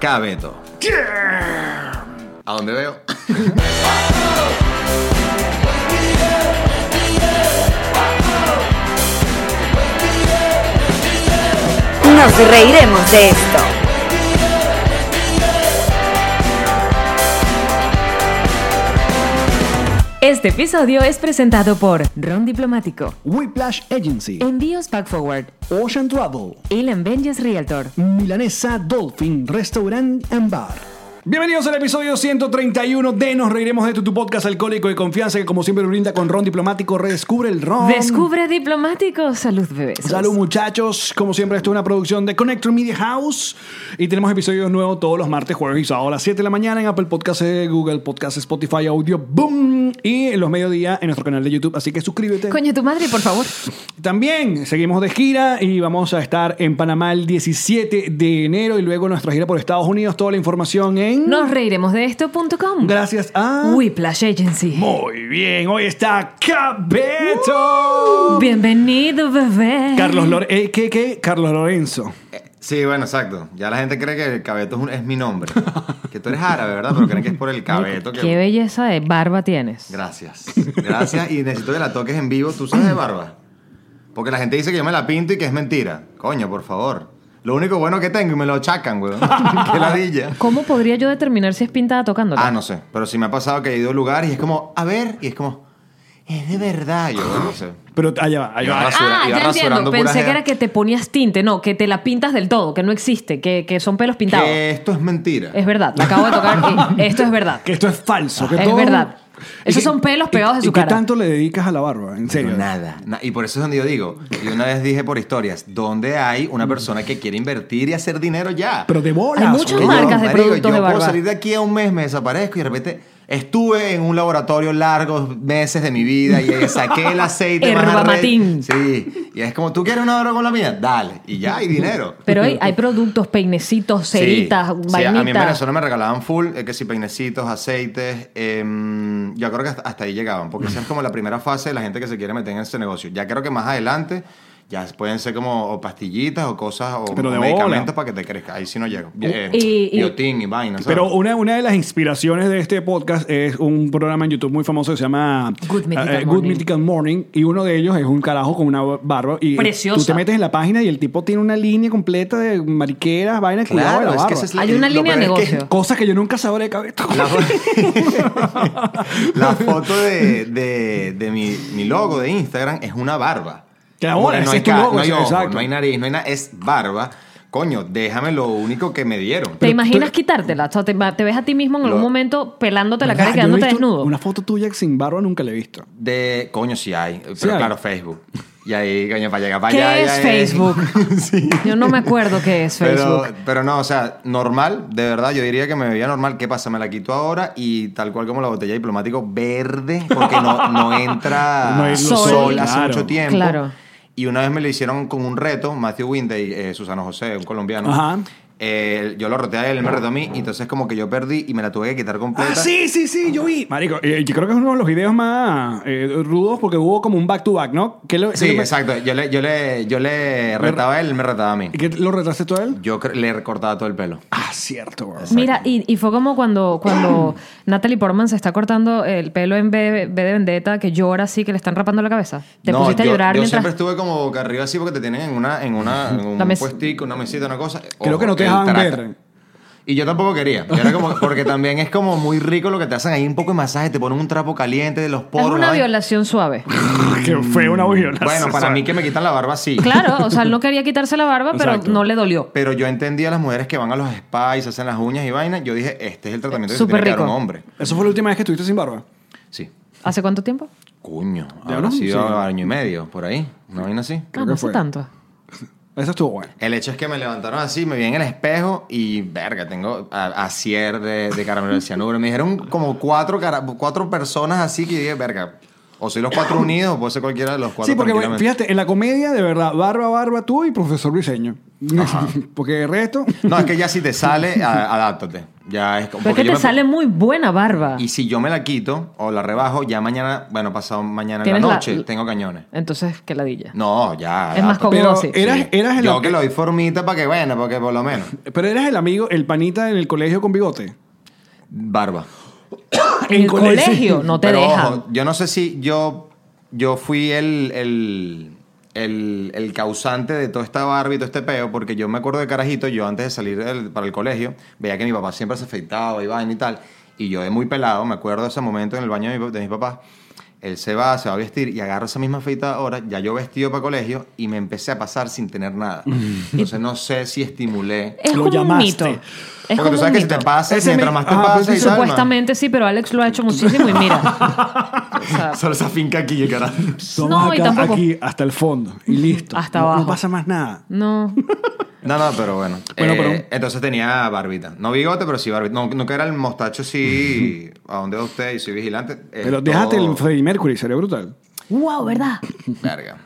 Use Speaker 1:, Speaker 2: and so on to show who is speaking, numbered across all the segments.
Speaker 1: Cabeto. ¿A dónde veo?
Speaker 2: Nos reiremos de esto.
Speaker 3: Este episodio es presentado por Ron Diplomático,
Speaker 4: Whiplash Agency.
Speaker 3: Envíos Pack Forward,
Speaker 4: Ocean Travel.
Speaker 3: Elan Benjes Realtor,
Speaker 4: Mm. Milanesa Dolphin Restaurant and Bar. Bienvenidos al episodio 131 de Nos Reiremos de tu, tu podcast alcohólico de confianza que como siempre brinda con Ron Diplomático. Redescubre el Ron.
Speaker 3: Descubre Diplomático, salud bebés.
Speaker 4: Salud muchachos, como siempre esto es una producción de Connector Media House y tenemos episodios nuevos todos los martes, jueves y sábados a las 7 de la mañana en Apple Podcasts, eh, Google Podcasts, Spotify, Audio, Boom y en los mediodía en nuestro canal de YouTube, así que suscríbete.
Speaker 3: Coño, tu madre, por favor.
Speaker 4: También seguimos de gira y vamos a estar en Panamá el 17 de enero y luego nuestra gira por Estados Unidos, toda la información en...
Speaker 3: Nos reiremos de esto.com.
Speaker 4: Gracias a...
Speaker 3: Whiplash Agency.
Speaker 4: Muy bien, hoy está
Speaker 3: Uh,
Speaker 4: Cabeto.
Speaker 3: Bienvenido, bebé.
Speaker 4: Carlos, Lore- eh, ¿qué, qué? Carlos Lorenzo.
Speaker 1: Eh, Sí, bueno, exacto. Ya la gente cree que el cabeto es, un- es mi nombre. Que tú eres árabe, ¿verdad? Pero creen que es por el cabeto. Que...
Speaker 3: Qué belleza de barba tienes.
Speaker 1: Gracias. Gracias. Y necesito que la toques en vivo. ¿Tú sabes de barba? Porque la gente dice que yo me la pinto y que es mentira. Coño, por favor. Lo único bueno que tengo y me lo achacan, weón. Qué ladilla.
Speaker 3: ¿Cómo podría yo determinar si es pintada tocándola?
Speaker 1: Ah, no sé. Pero sí me ha pasado que he ido a lugares y es como, a ver, y es como, es de verdad. Yo bueno, no sé.
Speaker 4: Pero allá va, allá
Speaker 1: Yo
Speaker 4: va.
Speaker 1: arraso- Rasura-
Speaker 3: ah,
Speaker 1: iba
Speaker 3: ya entiendo.
Speaker 1: rasurando pura
Speaker 3: Pensé que
Speaker 1: jeva.
Speaker 3: era que te ponías tinte. No, que te la pintas del todo, que no existe, que, que son pelos pintados.
Speaker 1: Que esto es mentira.
Speaker 3: Es verdad, la acabo de tocar. y esto es verdad.
Speaker 4: Que esto es falso. que
Speaker 3: Es
Speaker 4: todo-
Speaker 3: verdad.
Speaker 4: ¿Y
Speaker 3: Esos
Speaker 4: qué-
Speaker 3: son pelos pegados de
Speaker 4: y-
Speaker 3: su
Speaker 4: y qué
Speaker 3: cara.
Speaker 4: tanto le dedicas a la barba? En serio.
Speaker 1: Pero nada. na- y por eso es donde yo digo, y una vez dije por historias, donde hay una persona que quiere invertir y hacer dinero ya.
Speaker 4: Mm. Pero de bolas.
Speaker 3: Hay muchas
Speaker 4: ¿ok?
Speaker 1: Que yo,
Speaker 3: marcas de
Speaker 1: marico,
Speaker 3: productos
Speaker 1: yo
Speaker 3: de
Speaker 1: puedo
Speaker 3: barba.
Speaker 1: salir de aquí a un mes, me desaparezco y de repente estuve en un laboratorio largos meses de mi vida y ahí saqué el aceite. más
Speaker 3: Herbamatín.
Speaker 1: arre- Sí. Y es como, ¿tú quieres una barba con la mía? Dale. Y ya, hay dinero.
Speaker 3: Pero hay, hay productos, peinecitos,
Speaker 1: Sí.
Speaker 3: ceritas,
Speaker 1: Sí, a mí en
Speaker 3: vainitas.
Speaker 1: Venezuela me regalaban full, eh, que si peinecitos, aceites. em, yo creo que hasta, hasta ahí llegaban, porque esa es como la primera fase de la gente que se quiere meter en ese negocio. Ya creo que más adelante ya pueden ser como o pastillitas o cosas o,
Speaker 4: Pero
Speaker 1: o
Speaker 4: de bola.
Speaker 1: medicamentos para que te crezca. Ahí sí no llego. Eh,
Speaker 3: Uh, y- y-
Speaker 1: biotín y vaina. ¿sabes?
Speaker 4: Pero una, una de las inspiraciones de este podcast es un programa en YouTube muy famoso que se llama
Speaker 3: Good Mythical
Speaker 4: eh,
Speaker 3: Morning.
Speaker 4: Mythical Morning, y uno de ellos es un carajo con una barba y eh,
Speaker 3: Preciosa.
Speaker 4: tú te metes en la página y el tipo tiene una línea completa de mariqueras, vainas, cuidado de la
Speaker 1: Claro, es
Speaker 4: barba.
Speaker 1: que esa es la-
Speaker 3: Hay una
Speaker 1: lo
Speaker 3: línea de
Speaker 1: peor es que-
Speaker 3: negocio.
Speaker 4: Cosas que yo nunca sabré de cabeza.
Speaker 1: La, fo- La foto de, de- de mi, mi logo de Instagram es una barba.
Speaker 4: Que ahora, ese
Speaker 1: Porque no hay,
Speaker 4: es tu
Speaker 1: ca-
Speaker 4: logo,
Speaker 1: no hay
Speaker 4: sí,
Speaker 1: ojo,
Speaker 4: exacto.
Speaker 1: no hay nariz, no hay nada. Es barba. Coño, déjame lo único que me dieron.
Speaker 3: ¿Te imaginas quitártela? O sea, te, te ves a ti mismo en algún
Speaker 1: Lo-
Speaker 3: momento pelándote la cara y
Speaker 4: ¿Verdad? Yo no he
Speaker 3: quedándote
Speaker 4: visto
Speaker 3: desnudo.
Speaker 4: Una foto tuya sin barba nunca la he visto.
Speaker 1: De, coño, sí hay. Pero
Speaker 4: hay.
Speaker 1: claro, Facebook. Y ahí, coño, para llegar para
Speaker 3: ¿Qué
Speaker 1: allá.
Speaker 3: es
Speaker 1: ya
Speaker 3: Facebook?
Speaker 1: sí.
Speaker 3: Yo no me acuerdo qué es
Speaker 1: Pero,
Speaker 3: Facebook.
Speaker 1: pero no, o sea, normal, de verdad, yo diría que me veía normal. ¿Qué pasa? Me la quito ahora y tal cual como la botella de diplomático verde, porque no, no entra
Speaker 4: No hay luz
Speaker 1: sol,
Speaker 4: solar,
Speaker 1: hace
Speaker 4: claro.
Speaker 1: mucho tiempo.
Speaker 3: Claro.
Speaker 1: Y una vez me lo hicieron con un reto, Matthew Winde y eh, Susano José, un colombiano.
Speaker 4: Ajá.
Speaker 1: Eh, yo lo reté a él, él me retó a mí, y entonces como que yo perdí y me la tuve que quitar completa.
Speaker 4: Ah, sí, sí, sí, yo vi. Marico, eh, yo creo que es uno de los videos más eh, rudos porque hubo como un back to back, ¿no? Que lo,
Speaker 1: Sí,
Speaker 4: que lo-
Speaker 1: exacto. Yo le, yo le, yo le retaba a él, él me retaba a mí.
Speaker 4: ¿Y que lo retraste tú a él?
Speaker 1: Yo cre- le recortaba todo el pelo.
Speaker 4: Ah, cierto, güey.
Speaker 3: Mira, y, y fue como cuando, cuando Natalie Portman se está cortando el pelo en B, B de Vendetta, que llora así, que le están rapando la cabeza. Te
Speaker 1: No,
Speaker 3: pusiste
Speaker 1: yo,
Speaker 3: a llorar
Speaker 1: yo
Speaker 3: mientras...
Speaker 1: siempre estuve como boca arriba así porque te tienen en una en una en un
Speaker 3: La mes-
Speaker 1: puestico, una mesita, una cosa.
Speaker 4: Creo
Speaker 1: Ojo,
Speaker 4: que no te
Speaker 1: el
Speaker 4: dejaban
Speaker 1: taraca.
Speaker 4: ver.
Speaker 1: Y yo tampoco quería. Yo era como, porque también es como muy rico lo que te hacen ahí, un poco de masaje, te ponen un trapo caliente de los
Speaker 3: Es
Speaker 1: poros.
Speaker 3: una
Speaker 1: ¿no?
Speaker 3: violación suave.
Speaker 4: que fue una violación.
Speaker 1: Bueno, para mí que me quitan la barba sí.
Speaker 3: Claro, o sea, él no quería quitarse la barba, pero
Speaker 4: Exacto.
Speaker 3: no le dolió.
Speaker 1: Pero yo entendí a las mujeres que van a los spas y se hacen las uñas y vainas. Yo dije, este es el tratamiento que se
Speaker 3: Súper
Speaker 1: tiene que dar
Speaker 3: rico.
Speaker 1: un hombre.
Speaker 4: Eso fue la última vez que estuviste sin barba.
Speaker 1: Sí.
Speaker 3: ¿Hace cuánto tiempo?
Speaker 1: Coño,
Speaker 4: ¿Ya
Speaker 1: habrá
Speaker 4: no?
Speaker 1: sido
Speaker 4: Sí.
Speaker 1: año y medio, por ahí. ¿No vaina así?
Speaker 4: Creo
Speaker 3: Ah,
Speaker 4: que
Speaker 3: no hace
Speaker 4: fue.
Speaker 3: tanto.
Speaker 4: Eso estuvo bueno.
Speaker 1: El hecho es que me levantaron así, me vi en el espejo y verga, tengo a- acier de, de caramelo de cianuro. Me dijeron como cuatro, cara- cuatro personas así que yo dije, verga, o soy los cuatro unidos o puede ser cualquiera de los cuatro.
Speaker 4: Sí, porque bueno,
Speaker 1: tranquilamente.
Speaker 4: fíjate, en la comedia, de verdad, barba, barba tú y profesor Briseño. porque el resto.
Speaker 1: No, es que ya si te sale, a- adáptate. Ya es como.
Speaker 3: Pero es que
Speaker 1: porque yo
Speaker 3: te
Speaker 1: me-
Speaker 3: sale muy buena barba.
Speaker 1: Y si yo me la quito o la rebajo, ya mañana, bueno, pasado mañana en la
Speaker 3: Tienes la-
Speaker 1: noche, tengo cañones.
Speaker 3: Entonces, que ladilla.
Speaker 1: No, ya.
Speaker 3: Es más
Speaker 1: adáptate.
Speaker 3: cómodo
Speaker 4: Pero
Speaker 3: así.
Speaker 4: eras,
Speaker 1: Sí.
Speaker 4: eras el,
Speaker 1: Yo que lo doy formita para que, bueno, porque por lo menos.
Speaker 4: pero eras el amigo, el panita en el colegio con bigote.
Speaker 1: Barba.
Speaker 3: En el colegio, no te
Speaker 1: Pero
Speaker 3: dejan.
Speaker 1: ojo, yo no sé si yo, yo fui el, el, el, el causante de toda esta barba y todo este peo, porque yo me acuerdo de carajito, yo antes de salir del- para el colegio, veía que mi papá siempre se afeitaba y vaina y tal. Y yo de muy pelado, me acuerdo de ese momento en el baño de, mi, pa- de mis papás. Él se va, se va a vestir y agarro esa misma afeitada ahora, ya yo vestido para colegio y me empecé a pasar sin tener nada. Entonces no sé si estimulé.
Speaker 3: Es
Speaker 4: Lo
Speaker 3: como un
Speaker 4: llamaste.
Speaker 3: mito. Es
Speaker 1: Porque
Speaker 3: como
Speaker 1: tú sabes
Speaker 3: un
Speaker 1: que si te
Speaker 3: mito.
Speaker 1: pasas,
Speaker 4: Ese
Speaker 1: mientras
Speaker 4: me-
Speaker 1: más te
Speaker 4: Ajá,
Speaker 1: pasas
Speaker 4: pues
Speaker 1: y tal, más-
Speaker 3: Supuestamente sí, pero Alex lo ha hecho muchísimo y mira. O sea,
Speaker 1: Solo esa finca aquí, carajo.
Speaker 4: Somos
Speaker 3: No, y
Speaker 4: acá-
Speaker 3: tampoco.
Speaker 4: aquí hasta el fondo y listo.
Speaker 3: Hasta
Speaker 4: No- No,
Speaker 3: abajo.
Speaker 4: pasa más nada.
Speaker 3: no.
Speaker 1: No, no, pero bueno.
Speaker 4: Bueno,
Speaker 1: Eh,
Speaker 4: pero-
Speaker 1: Entonces tenía barbita. No bigote, pero sí barbita. No, nunca era el mostacho, sí. ¿A dónde va usted? Y soy vigilante. Eh,
Speaker 4: Pero déjate
Speaker 1: todo-
Speaker 4: el Freddie Mercury, sería brutal.
Speaker 3: Wow, ¿verdad?
Speaker 1: Verga.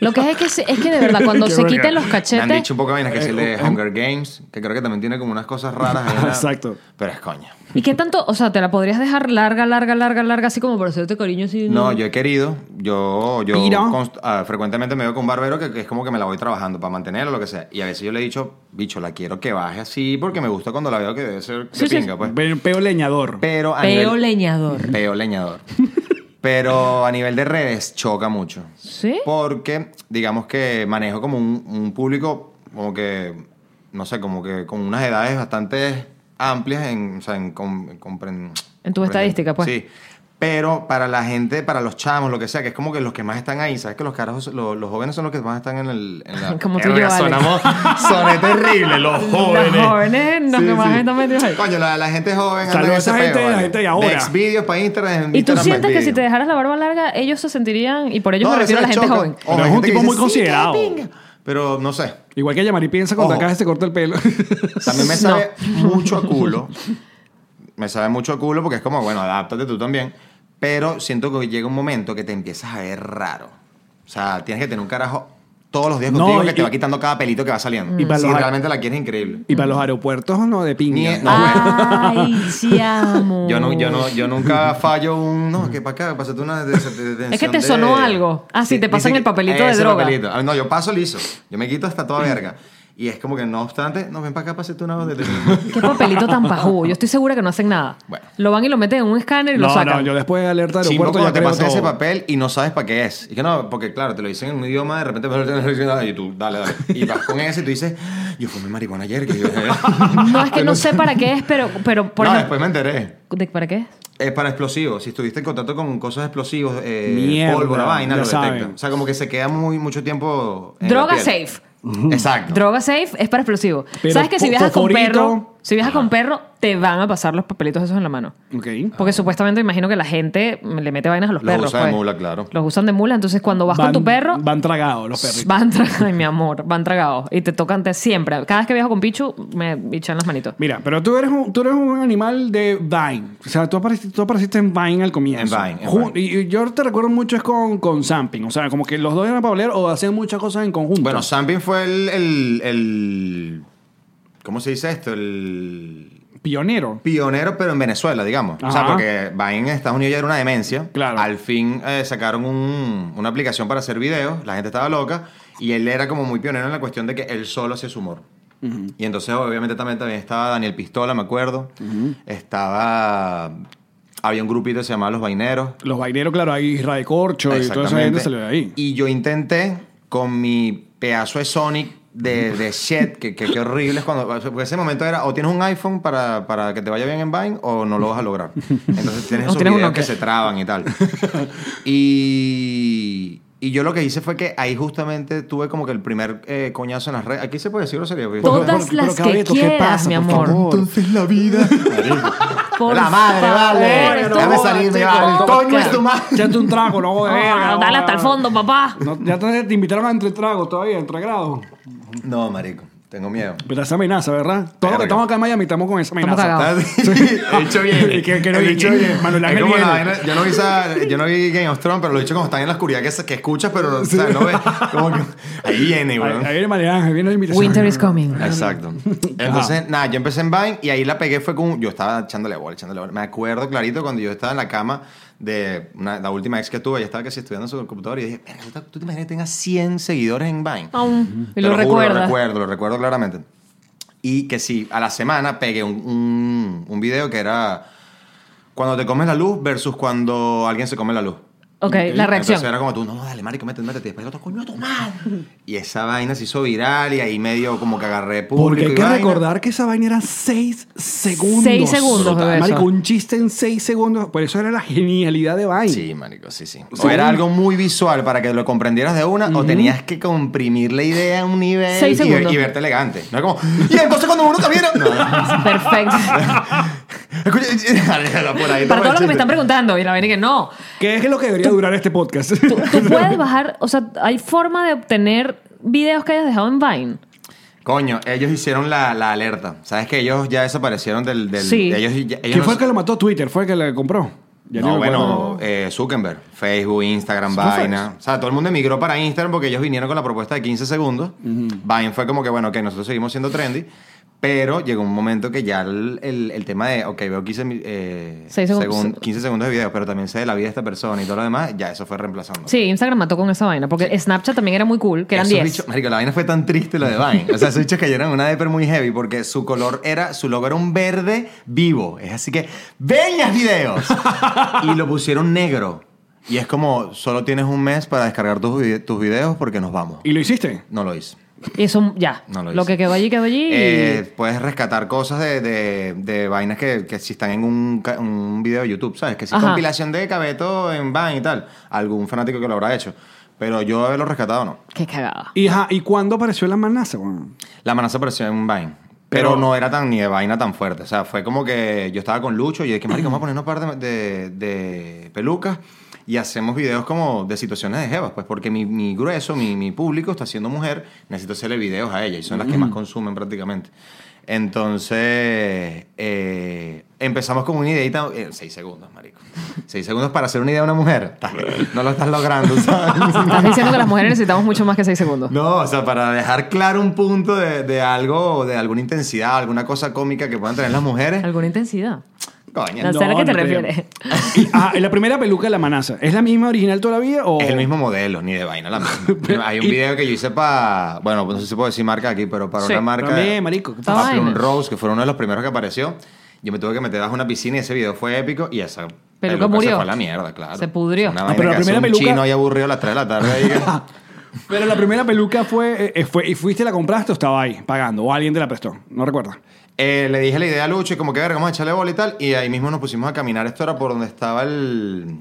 Speaker 3: Lo que es que, se- es que de verdad, cuando
Speaker 4: Qué
Speaker 3: se
Speaker 4: verga.
Speaker 3: quiten los
Speaker 1: Me han
Speaker 3: cachetes
Speaker 1: dicho un poco de
Speaker 4: Eh,
Speaker 1: vainas que se le Hunger Games, que creo que también tiene como unas cosas raras. ahí, ¿no?
Speaker 4: Exacto.
Speaker 1: Pero es coña.
Speaker 3: ¿Y qué tanto? O sea, te la podrías dejar larga, larga, larga, larga, así como por hacerte cariño así.
Speaker 1: No, yo he querido. Yo, yo
Speaker 4: Piro.
Speaker 1: const- ah, frecuentemente me veo con un barbero que, que es como que me la voy trabajando para mantenerla o lo que sea. Y a veces yo le he dicho, bicho, la quiero que baje así porque me gusta cuando la veo que debe ser de
Speaker 3: Sí, sí.
Speaker 1: pinga, pues.
Speaker 4: Pe- Peo leñador.
Speaker 1: Pero a
Speaker 3: Peo
Speaker 1: nivel-
Speaker 3: leñador.
Speaker 1: Peo leñador. Pero a nivel de redes choca mucho.
Speaker 3: ¿Sí?
Speaker 1: Porque, digamos que manejo como un, un público, como que, no sé, como que con unas edades bastante amplias en, o sea, en, com- en compren-
Speaker 3: En tu
Speaker 1: comprender.
Speaker 3: estadística, pues.
Speaker 1: Sí. Pero para la gente, para los chamos, lo que sea, que es como que los que más están ahí, ¿sabes? Que los carajos, lo- los, jóvenes son los que más están en, el, en la...
Speaker 3: Como tú y
Speaker 1: Verga,
Speaker 3: yo, Alex.
Speaker 1: sonamos, soné terrible, los jóvenes.
Speaker 3: Los jóvenes, los
Speaker 1: Sí,
Speaker 3: que más
Speaker 1: sí.
Speaker 3: están metidos ahí.
Speaker 1: Coño, la, la gente joven. anda
Speaker 4: Saludos
Speaker 1: en
Speaker 4: a
Speaker 1: ese
Speaker 4: esa gente,
Speaker 1: peo,
Speaker 4: la
Speaker 1: vale.
Speaker 4: gente de ahora.
Speaker 1: Next videos para Instagram.
Speaker 3: ¿Y tú
Speaker 1: Instagram
Speaker 3: sientes que
Speaker 1: Next
Speaker 3: si te
Speaker 1: Video.
Speaker 3: dejaras la barba larga, ellos se sentirían, y por ellos
Speaker 1: No,
Speaker 3: me
Speaker 1: a veces
Speaker 3: refiero a la
Speaker 1: les
Speaker 3: gente
Speaker 1: choca.
Speaker 3: joven?
Speaker 1: Ojo,
Speaker 4: Pero es
Speaker 1: gente
Speaker 4: un
Speaker 1: que
Speaker 4: tipo muy
Speaker 1: "Sí, qué
Speaker 4: considerado".
Speaker 1: pinga. Pero no sé.
Speaker 4: Igual que Yamari piensa cuando
Speaker 1: Ojo.
Speaker 4: acá se corta el pelo.
Speaker 1: También me
Speaker 3: No.
Speaker 1: sabe mucho a culo. Me sabe mucho a culo porque es como, bueno, adáptate tú también. Pero siento que llega un momento que te empiezas a ver raro. O sea, tienes que tener un carajo todos los días
Speaker 4: No,
Speaker 1: contigo que
Speaker 4: y-
Speaker 1: te va quitando cada pelito que va saliendo.
Speaker 4: Y
Speaker 1: Y
Speaker 4: para
Speaker 1: si
Speaker 4: los-
Speaker 1: realmente la quieres, increíble.
Speaker 4: y para los aeropuertos, no, de
Speaker 1: Ni- Ah,
Speaker 4: piña.
Speaker 1: no, bueno.
Speaker 3: Ay, sí amo.
Speaker 1: Yo, no, yo, no, yo nunca fallo un. No, que para acá, pasaste una de- de- de- de-
Speaker 3: Mm. Es que te
Speaker 1: de-
Speaker 3: sonó algo. Ah, sí, te pasan
Speaker 1: dice
Speaker 3: el papelito de
Speaker 1: ese
Speaker 3: droga.
Speaker 1: papelito. Ah, No, yo paso liso. Yo me quito hasta toda verga. Y es como que no obstante, no ven para acá, pasaste una de.
Speaker 3: Qué papelito tan pajú. Yo estoy segura que no hacen nada.
Speaker 1: Bueno.
Speaker 3: Lo van y lo meten en un escáner y lo
Speaker 4: No,
Speaker 3: sacan.
Speaker 4: no, yo después de alerta de
Speaker 1: Chimbo
Speaker 4: aeropuerto
Speaker 1: cuando
Speaker 4: ya
Speaker 1: te
Speaker 4: creo
Speaker 1: pasan ese
Speaker 4: todo.
Speaker 1: papel y no sabes para qué es. Y que no, porque claro, te lo dicen en un idioma, de repente y tú, dale, dale. Y vas con ese y tú dices, yo fumé marihuana ayer. que yo-
Speaker 3: No, es que no sé para qué es, pero, pero por
Speaker 1: no,
Speaker 3: ejemplo.
Speaker 1: después me enteré.
Speaker 3: ¿De- ¿Para qué es?
Speaker 1: Es para explosivos. Si estuviste en contacto con cosas explosivos, eh,
Speaker 4: Mierda,
Speaker 1: pólvora, vaina,
Speaker 4: ya
Speaker 1: lo detectan.
Speaker 4: saben.
Speaker 1: O sea, como que se queda muy, mucho tiempo. en
Speaker 3: Droga
Speaker 1: la piel.
Speaker 3: safe.
Speaker 1: Exacto.
Speaker 3: Droga safe es para explosivo.
Speaker 4: Pero
Speaker 3: ¿Sabes que si
Speaker 4: fo-
Speaker 3: viajas con
Speaker 4: foforito-
Speaker 3: perro, si viajas con perro, te van a pasar los papelitos esos en la mano?
Speaker 4: Ok.
Speaker 3: Porque supuestamente imagino que la gente le mete vainas a los,
Speaker 1: Ah. Los
Speaker 3: perros.
Speaker 1: usa de
Speaker 3: pues.
Speaker 1: mula, claro.
Speaker 3: Los usan de mula, entonces cuando vas con tu perro,
Speaker 4: Van tragados los perritos.
Speaker 3: van tragados, ay, mi amor, van tragados. Y te tocan te siempre. Cada vez que viajo con Pichu, me bichan las manitos.
Speaker 4: Mira, pero tú eres, un, tú eres un animal de Vine. O sea, tú apareciste, tú apareciste en Vine al comienzo.
Speaker 1: En Vine, en
Speaker 4: Ju-
Speaker 1: Vine.
Speaker 4: Y, y yo te recuerdo mucho es con, con Samping. O sea, como que los dos eran para hablar o hacían muchas cosas en conjunto.
Speaker 1: Bueno, Sampin fue el, el- el- ¿Cómo se dice esto? El
Speaker 4: pionero.
Speaker 1: pionero, pero en Venezuela, digamos. O sea,
Speaker 4: Ajá.
Speaker 1: porque Vine en Estados Unidos ya era una demencia.
Speaker 4: Claro.
Speaker 1: Al fin eh, sacaron un- una aplicación para hacer videos, la gente estaba loca, y él era como muy pionero en la cuestión de que él solo hacía su humor. Y entonces, obviamente, también, también estaba Daniel Pistola, me acuerdo. Estaba. Había un grupito que se llamaba Los Vaineros.
Speaker 4: Los vaineros, claro, ahí Israel Corcho y toda esa gente
Speaker 1: Exactamente.
Speaker 4: se le ve ahí.
Speaker 1: Y yo intenté con mi pedazo de Sonic de, de shit, que, que, que horrible es cuando. Porque ese momento era o tienes un iPhone para, para que te vaya bien en Vine o no lo vas a lograr. Entonces tienes
Speaker 3: O
Speaker 1: esos
Speaker 3: tienes un
Speaker 1: videos que
Speaker 3: Nokia.
Speaker 1: se traban y tal. Y. Y yo lo que hice fue que ahí justamente tuve como que el primer eh, coñazo en las redes. Aquí se puede decir grosería. porque-
Speaker 3: Todas
Speaker 4: Pero, pero,
Speaker 3: las
Speaker 4: pero,
Speaker 3: que
Speaker 4: Gabeto, ¿qué
Speaker 3: quieras,
Speaker 4: pasa,
Speaker 3: mi
Speaker 4: por
Speaker 3: amor.
Speaker 4: favor?
Speaker 1: Entonces la vida.
Speaker 3: Por
Speaker 1: la madre,
Speaker 3: favor,
Speaker 1: vale.
Speaker 3: esto-
Speaker 1: Déjame salirme, vale.
Speaker 3: esto-
Speaker 1: Coño, es tu madre.
Speaker 4: Echate un trago, no
Speaker 3: Oh,
Speaker 4: de verga,
Speaker 3: dale
Speaker 4: no,
Speaker 3: hasta el
Speaker 4: no.
Speaker 3: fondo, papá.
Speaker 4: No, ya te, te invitaron a entre tragos todavía, entre grados.
Speaker 1: No, marico. Tengo miedo.
Speaker 4: Pero esa amenaza, ¿verdad? Todos los que
Speaker 1: Verga.
Speaker 4: estamos acá en Miami estamos con esa
Speaker 3: Estamos
Speaker 4: amenaza.
Speaker 3: cagados. Ah.
Speaker 1: He hecho bien.
Speaker 4: Y que- que no
Speaker 1: El
Speaker 4: vi-
Speaker 1: bicho
Speaker 4: que- Manuel
Speaker 1: Es
Speaker 4: Ángel
Speaker 1: como la
Speaker 4: Viene.
Speaker 1: vaina- yo, no vi esa- yo no vi Game of Thrones, pero lo he dicho como están en la oscuridad que, se- que escuchas, pero o sea, no ves. Como que, ahí viene,
Speaker 4: Ahí
Speaker 1: weón.
Speaker 4: ahí viene María Ángel, viene la invitación.
Speaker 3: Winter is coming.
Speaker 1: Exacto. Entonces, nada, yo empecé en Vine y ahí la pegué fue con... Yo estaba echándole bola, echándole bola. Me acuerdo clarito cuando yo estaba en la cama de una- la última ex que tuve, ella estaba casi estudiando en su computador y dije, "Verga, ¿tú, te- tú te imaginas que tengas 100 seguidores en Vine?
Speaker 3: Aún. Y
Speaker 1: Te
Speaker 3: lo
Speaker 1: juro, Lo
Speaker 3: recuerdas.
Speaker 1: recuerdo, lo recuerdo claramente. Y que sí, a la semana pegué un, un, un video que era cuando te comes la luz versus cuando alguien se come la luz.
Speaker 3: Ok, la reacción.
Speaker 1: Entonces era como tú, no, dale, marico, métete, métete. Y después otro, coño, a tu madre. Y esa vaina se hizo viral y ahí medio como que agarré público.
Speaker 4: Porque hay
Speaker 1: y
Speaker 4: que
Speaker 1: vaina.
Speaker 4: recordar que esa vaina era 6 segundos.
Speaker 3: Seis segundos,
Speaker 4: Total,
Speaker 3: bebé,
Speaker 4: Marico,
Speaker 3: eso.
Speaker 4: un chiste en 6 segundos. Por eso era la genialidad de Vine.
Speaker 1: Sí, marico, sí, sí.
Speaker 4: Sí.
Speaker 1: O era algo muy visual para que lo comprendieras de una, o tenías que comprimir la idea a un nivel
Speaker 3: Seis
Speaker 1: y,
Speaker 3: segundos.
Speaker 1: y verte elegante. No es como, y entonces cuando uno camina. No.
Speaker 3: Perfecto.
Speaker 1: Escucha,
Speaker 4: eh,
Speaker 1: déjala por ahí, toma
Speaker 3: Para todos los que
Speaker 1: el
Speaker 3: me
Speaker 1: chiste.
Speaker 3: están preguntando, y la vaina que no.
Speaker 4: ¿Qué es lo que debería durar este podcast?
Speaker 3: Tú, tú puedes bajar, o sea, hay forma de obtener videos que hayas dejado en Vine.
Speaker 1: Coño, ellos hicieron la, la alerta. ¿Sabes que ellos ya desaparecieron del... del
Speaker 3: Sí.
Speaker 1: Ellos, ya- ellos
Speaker 4: ¿Quién
Speaker 1: no
Speaker 4: fue el
Speaker 1: se-
Speaker 4: que lo mató? Twitter, fue el que la compró. Ya
Speaker 1: No,
Speaker 4: me acuerdo.
Speaker 1: bueno, eh, Zuckerberg, Facebook, Instagram,
Speaker 4: ¿Fue Facebook?
Speaker 1: Vaina. O sea, todo el mundo emigró para Instagram porque ellos vinieron con la propuesta de 15 segundos. Vine fue como que, bueno, que nosotros seguimos siendo trendy. Pero llegó un momento que ya el, el- el tema de, ok, veo 15, mi- eh,
Speaker 3: Seis segundos.
Speaker 1: segun- 15 segundos de video, pero también sé de la vida de esta persona y todo lo demás, ya eso fue reemplazando.
Speaker 3: Sí, Instagram mató con esa vaina, porque Snapchat también era muy cool, que eran
Speaker 1: Esos
Speaker 3: 10.
Speaker 1: bichos- marico, la vaina fue tan triste la de Vine. O sea, esos bichos cayeron en una deper muy heavy porque su color era, su logo era un verde vivo. Es así que, ¡ven los videos! y lo pusieron negro. Y es como, solo tienes un mes para descargar tus, vide- tus videos porque nos vamos.
Speaker 4: ¿Y lo hiciste?
Speaker 1: No lo hice.
Speaker 3: Y eso, ya.
Speaker 1: No lo
Speaker 3: lo,
Speaker 1: hice.
Speaker 3: que quedó allí, quedó allí. y-
Speaker 1: Eh, puedes rescatar cosas de, de- de vainas que, que si están en un, ca- un video de YouTube, ¿sabes? Que si
Speaker 3: Ajá.
Speaker 1: compilación de Cabeto en Vine y tal. Algún fanático que lo habrá hecho. Pero yo haberlo rescatado, no.
Speaker 3: Qué cagada.
Speaker 4: ¿Y, ajá, ¿y cuándo apareció la amenaza? weón?
Speaker 1: La amenaza apareció en Vine. Pero,
Speaker 4: Pero-
Speaker 1: no era tan ni de vaina tan fuerte. O sea, fue como que yo estaba con Lucho y dije, marico, vamos a poner una par de, de- de pelucas y hacemos videos como de situaciones de jevas. Pues porque mi, mi grueso, mi, mi público está siendo mujer, necesito hacerle videos a ella y son las que más consumen prácticamente. Entonces, eh, empezamos con una ideita... eh, seis segundos, marico. Seis segundos para hacer una idea a una mujer. No lo estás logrando, ¿sabes?
Speaker 3: Estás diciendo que las mujeres necesitamos mucho más que 6 segundos.
Speaker 1: No, o sea, para dejar claro un punto de, de algo, de alguna intensidad, alguna cosa cómica que puedan tener las mujeres.
Speaker 3: ¿Alguna intensidad?
Speaker 1: Coño,
Speaker 3: No,
Speaker 1: no,
Speaker 3: sé a qué te
Speaker 4: no te digo.
Speaker 3: refieres.
Speaker 4: Y, ajá, ¿y la primera peluca de la amenaza? ¿Es la misma original todavía? O...
Speaker 1: Es el mismo modelo, ni de vaina la misma. Hay un
Speaker 4: Y-
Speaker 1: video que yo hice para, bueno, no sé si puedo decir marca aquí, pero para
Speaker 3: Sí,
Speaker 1: una marca...
Speaker 4: también, marico, ¿qué
Speaker 1: Para
Speaker 3: pasa?
Speaker 1: Plum
Speaker 3: Vaina.
Speaker 1: Rose, que fue uno de los primeros que apareció. Yo me tuve que meter bajo una piscina y ese video fue épico y esa peluca
Speaker 3: murió.
Speaker 1: se fue a la mierda, claro.
Speaker 3: Se pudrió.
Speaker 1: Una
Speaker 3: Ah,
Speaker 1: vaina
Speaker 4: pero la
Speaker 1: que hace
Speaker 4: primera
Speaker 1: un
Speaker 4: peluca-
Speaker 1: chino ahí aburrido a las 3 de la tarde. ahí que-
Speaker 4: Pero la primera peluca fue, eh, eh, fue... ¿Y fuiste, la compraste o estaba ahí pagando? ¿O alguien te la prestó? No recuerdo.
Speaker 1: Eh, le dije la idea a Lucho y como que verga, vamos a echarle bola y tal. Y ahí mismo nos pusimos a caminar. Esto era por donde estaba el.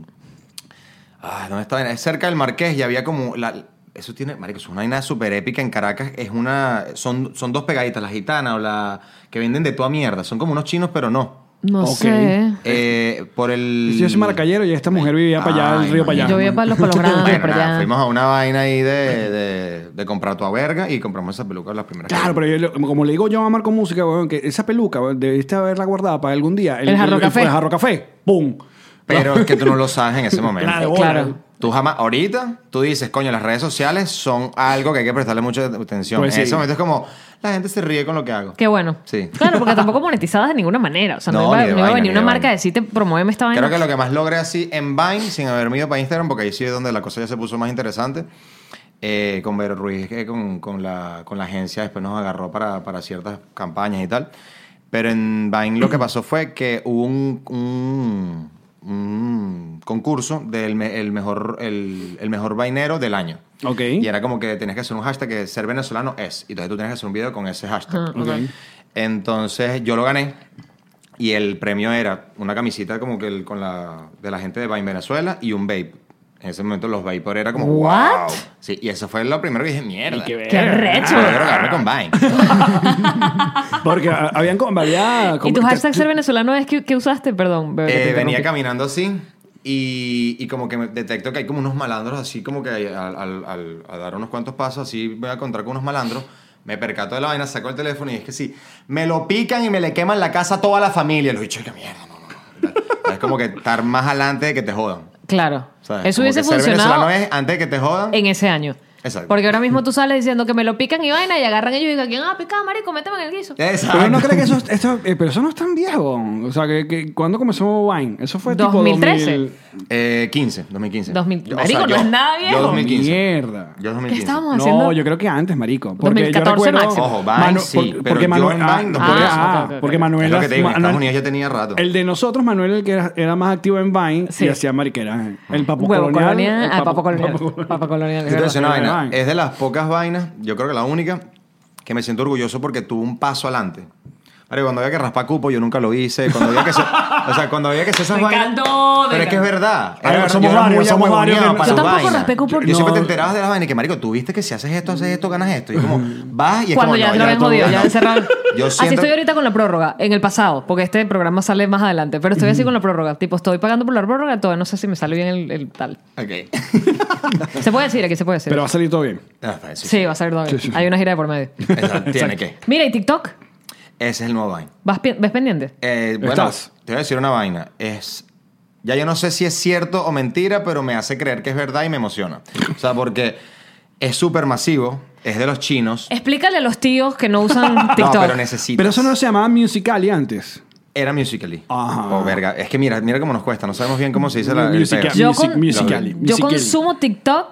Speaker 1: Ah, ¿dónde estaba? Es cerca del Marqués y había como. La... Eso tiene. Marico, eso es una vaina súper épica en Caracas. Es una. Son, son dos pegaditas, la gitana o la. que venden de toda mierda. Son como unos chinos, pero no.
Speaker 3: No
Speaker 4: Ok.
Speaker 3: sé.
Speaker 1: Eh, por el.
Speaker 4: Si yo soy maracayero y esta mujer vivía para allá,
Speaker 1: Ay,
Speaker 4: el río para allá.
Speaker 3: Yo voy para los palos grandes,
Speaker 1: Bueno,
Speaker 3: para
Speaker 1: nada,
Speaker 3: allá.
Speaker 1: fuimos a una vaina ahí de, de, de comprar tu verga y compramos esas pelucas las primeras que
Speaker 4: Claro, pero yo le- como le digo yo a Marco Música, weón, que esa peluca weón, debiste haberla guardada para algún día.
Speaker 3: El jarro café.
Speaker 4: El jarro café. ¡Pum!
Speaker 1: Pero es que tú no lo sabes en ese momento.
Speaker 4: Claro,
Speaker 3: Claro.
Speaker 4: bola.
Speaker 1: Tú jamás, ahorita, tú dices, coño, las redes sociales son algo que hay que prestarle mucha atención.
Speaker 4: Pues
Speaker 1: en
Speaker 4: sí.
Speaker 1: ese momento es como, la gente se ríe con lo que hago.
Speaker 3: Qué bueno.
Speaker 1: Sí.
Speaker 3: Claro, porque tampoco monetizadas de ninguna manera. O sea, no,
Speaker 1: No,
Speaker 3: iba,
Speaker 1: ni de
Speaker 3: no iba a
Speaker 1: vaina,
Speaker 3: venir
Speaker 1: ni de
Speaker 3: una marca
Speaker 1: vaina.
Speaker 3: a decirte, promuéveme esta vaina.
Speaker 1: Creo que lo que más logré así en Vine, sin haberme ido para Instagram, porque ahí sí es donde la cosa ya se puso más interesante, eh, con Vero Ruiz, que con, con la, con la agencia después nos agarró para, para ciertas campañas y tal. Pero en Vine lo que pasó fue que hubo un, un, un concurso del me- el mejor, el, el mejor vainero del año.
Speaker 4: Ok.
Speaker 1: Y era como que tenías que hacer un hashtag que ser venezolano es. Y entonces tú tenías que hacer un video con ese hashtag.
Speaker 3: Ah, ok.
Speaker 1: Entonces yo lo gané. Y el premio era una camisita como que el- con la, de la gente de Vine Venezuela y un vape. En ese momento los vapor era como wow.
Speaker 3: What?
Speaker 1: Sí, y eso fue lo primero que Ah, dije, mierda.
Speaker 4: qué
Speaker 1: Yo
Speaker 3: ¡Qué recho!
Speaker 1: quiero grabarme con Vine.
Speaker 4: Porque a- habían... como- había como-
Speaker 3: ¿Y tu
Speaker 4: te-
Speaker 3: hashtag ser venezolano es que, que usaste? Perdón, bebé. que te
Speaker 1: Eh, venía
Speaker 3: interrumpí.
Speaker 1: caminando así y, y como que me- detecto que hay como unos malandros así como que al, al- al- a dar unos cuantos pasos así voy a encontrar con unos malandros. Me percato de la vaina, saco el teléfono y es que sí, me lo pican y me le queman la casa a toda la familia. Lo dicho, qué mierda, no, no, no. Es como que estar más adelante de que te jodan.
Speaker 3: Claro.
Speaker 1: ¿sabes?
Speaker 3: Eso
Speaker 1: Como
Speaker 3: hubiese
Speaker 1: que ser
Speaker 3: funcionado
Speaker 1: venezolano es antes de que te jodan.
Speaker 3: en ese año.
Speaker 1: Exacto.
Speaker 3: Porque ahora mismo tú sales diciendo que me lo pican y vaina y agarran ellos y dicen, ¿quién ha picado, marico? Méteme en el guiso.
Speaker 1: Exacto.
Speaker 4: Pero no cree que eso, esto- eh, pero eso no es tan viejo. O sea, que, que ¿cuándo comenzó Vine? Eso fue tipo
Speaker 3: 2013.
Speaker 4: 2000.
Speaker 1: Eh, 15, 2015.
Speaker 3: 2000.
Speaker 1: Yo-
Speaker 3: Marico, no
Speaker 1: yo-
Speaker 3: es nada viejo.
Speaker 1: Yo 2015.
Speaker 4: Mierda.
Speaker 1: Yo 2015.
Speaker 3: ¿Qué estábamos haciendo?
Speaker 4: No, yo creo que antes, marico. Porque
Speaker 3: 2014
Speaker 4: yo recuerdo,
Speaker 3: máximo.
Speaker 1: Ojo, Vine sí,
Speaker 4: por-
Speaker 1: pero yo
Speaker 4: Manuel-
Speaker 1: en
Speaker 4: ah,
Speaker 1: Vine no
Speaker 4: porque-
Speaker 3: podía.
Speaker 4: ah,
Speaker 3: Ah, ok, ok,
Speaker 4: porque
Speaker 3: ok.
Speaker 4: Manuel...
Speaker 1: Es lo que te digo, en Estados
Speaker 4: Manuel-
Speaker 1: Unidos ya tenía rato.
Speaker 4: El de nosotros, Manuel, el que era, era más activo en Vine
Speaker 3: Sí.
Speaker 4: y hacía mariquera. El papo
Speaker 3: Huevo
Speaker 4: colonial.
Speaker 3: colonial,
Speaker 4: el
Speaker 3: ah, papo colonial. Papo colonial,
Speaker 1: Yo
Speaker 3: es
Speaker 1: te voy a decir una
Speaker 4: verdad.
Speaker 1: vaina,
Speaker 4: Vine.
Speaker 1: Es de las pocas vainas, yo creo que la única, que me siento orgulloso porque tuvo un paso adelante. Marico, cuando había que raspar cupo, yo nunca lo hice. Cuando había que hacer, o sea, cuando había que hacer esas
Speaker 3: Me
Speaker 1: vainas.
Speaker 3: encantó, me
Speaker 1: pero es que es
Speaker 3: encantó.
Speaker 1: verdad. Es
Speaker 4: Marico,
Speaker 1: verdad,
Speaker 4: somos
Speaker 1: yo era muy
Speaker 4: varios, somos varios
Speaker 1: huevoneado
Speaker 4: de-
Speaker 1: para
Speaker 4: Yo
Speaker 1: sus
Speaker 3: tampoco
Speaker 1: vainas.
Speaker 3: raspé cupo,
Speaker 1: Yo, yo siempre
Speaker 4: no.
Speaker 1: te enterabas de las vainas y que, marico, tú viste que si haces esto, haces esto, ganas esto. Y como, vas y es
Speaker 3: Cuando
Speaker 1: como,
Speaker 3: ya
Speaker 1: no,
Speaker 3: te lo habían
Speaker 1: tú-
Speaker 3: jodido,
Speaker 1: no.
Speaker 3: ya encerraron.
Speaker 1: Yo
Speaker 3: Así
Speaker 1: siento,
Speaker 3: estoy ahorita con la prórroga, en el pasado, porque este programa sale más adelante, pero estoy así con la prórroga. Tipo, estoy pagando por la prórroga, todavía no sé si me sale bien el, el tal.
Speaker 1: Ok.
Speaker 3: ¿Se puede decir? Aquí se puede decir.
Speaker 4: Pero va a salir todo bien.
Speaker 1: Ah, está, sí, sí.
Speaker 3: sí, va a salir todo bien.
Speaker 4: Sí, sí, sí.
Speaker 3: Hay una gira de por medio.
Speaker 1: Exacto, Tiene que.
Speaker 3: Mira, ¿y TikTok?
Speaker 1: Ese es el nuevo vaina.
Speaker 3: ¿Vas pi- ¿Ves pendiente?
Speaker 1: Eh, bueno,
Speaker 4: Estás.
Speaker 1: te voy a decir una vaina. Es. Ya yo no sé si es cierto o mentira, pero me hace creer que es verdad y me emociona. O sea, porque es súper masivo, es de los chinos.
Speaker 3: Explícale a los tíos que no usan TikTok.
Speaker 1: No, pero necesito.
Speaker 4: Pero eso no se llamaba Musical.ly antes.
Speaker 1: Era Musical.ly.
Speaker 4: Ajá.
Speaker 1: Oh, verga. Es que mira, mira cómo nos cuesta. No sabemos bien cómo se dice la, el
Speaker 4: Musical.ly.
Speaker 1: peo.
Speaker 3: yo
Speaker 4: Music-
Speaker 3: con-
Speaker 4: Musical.ly,
Speaker 3: yo
Speaker 4: Musical.ly.
Speaker 3: consumo TikTok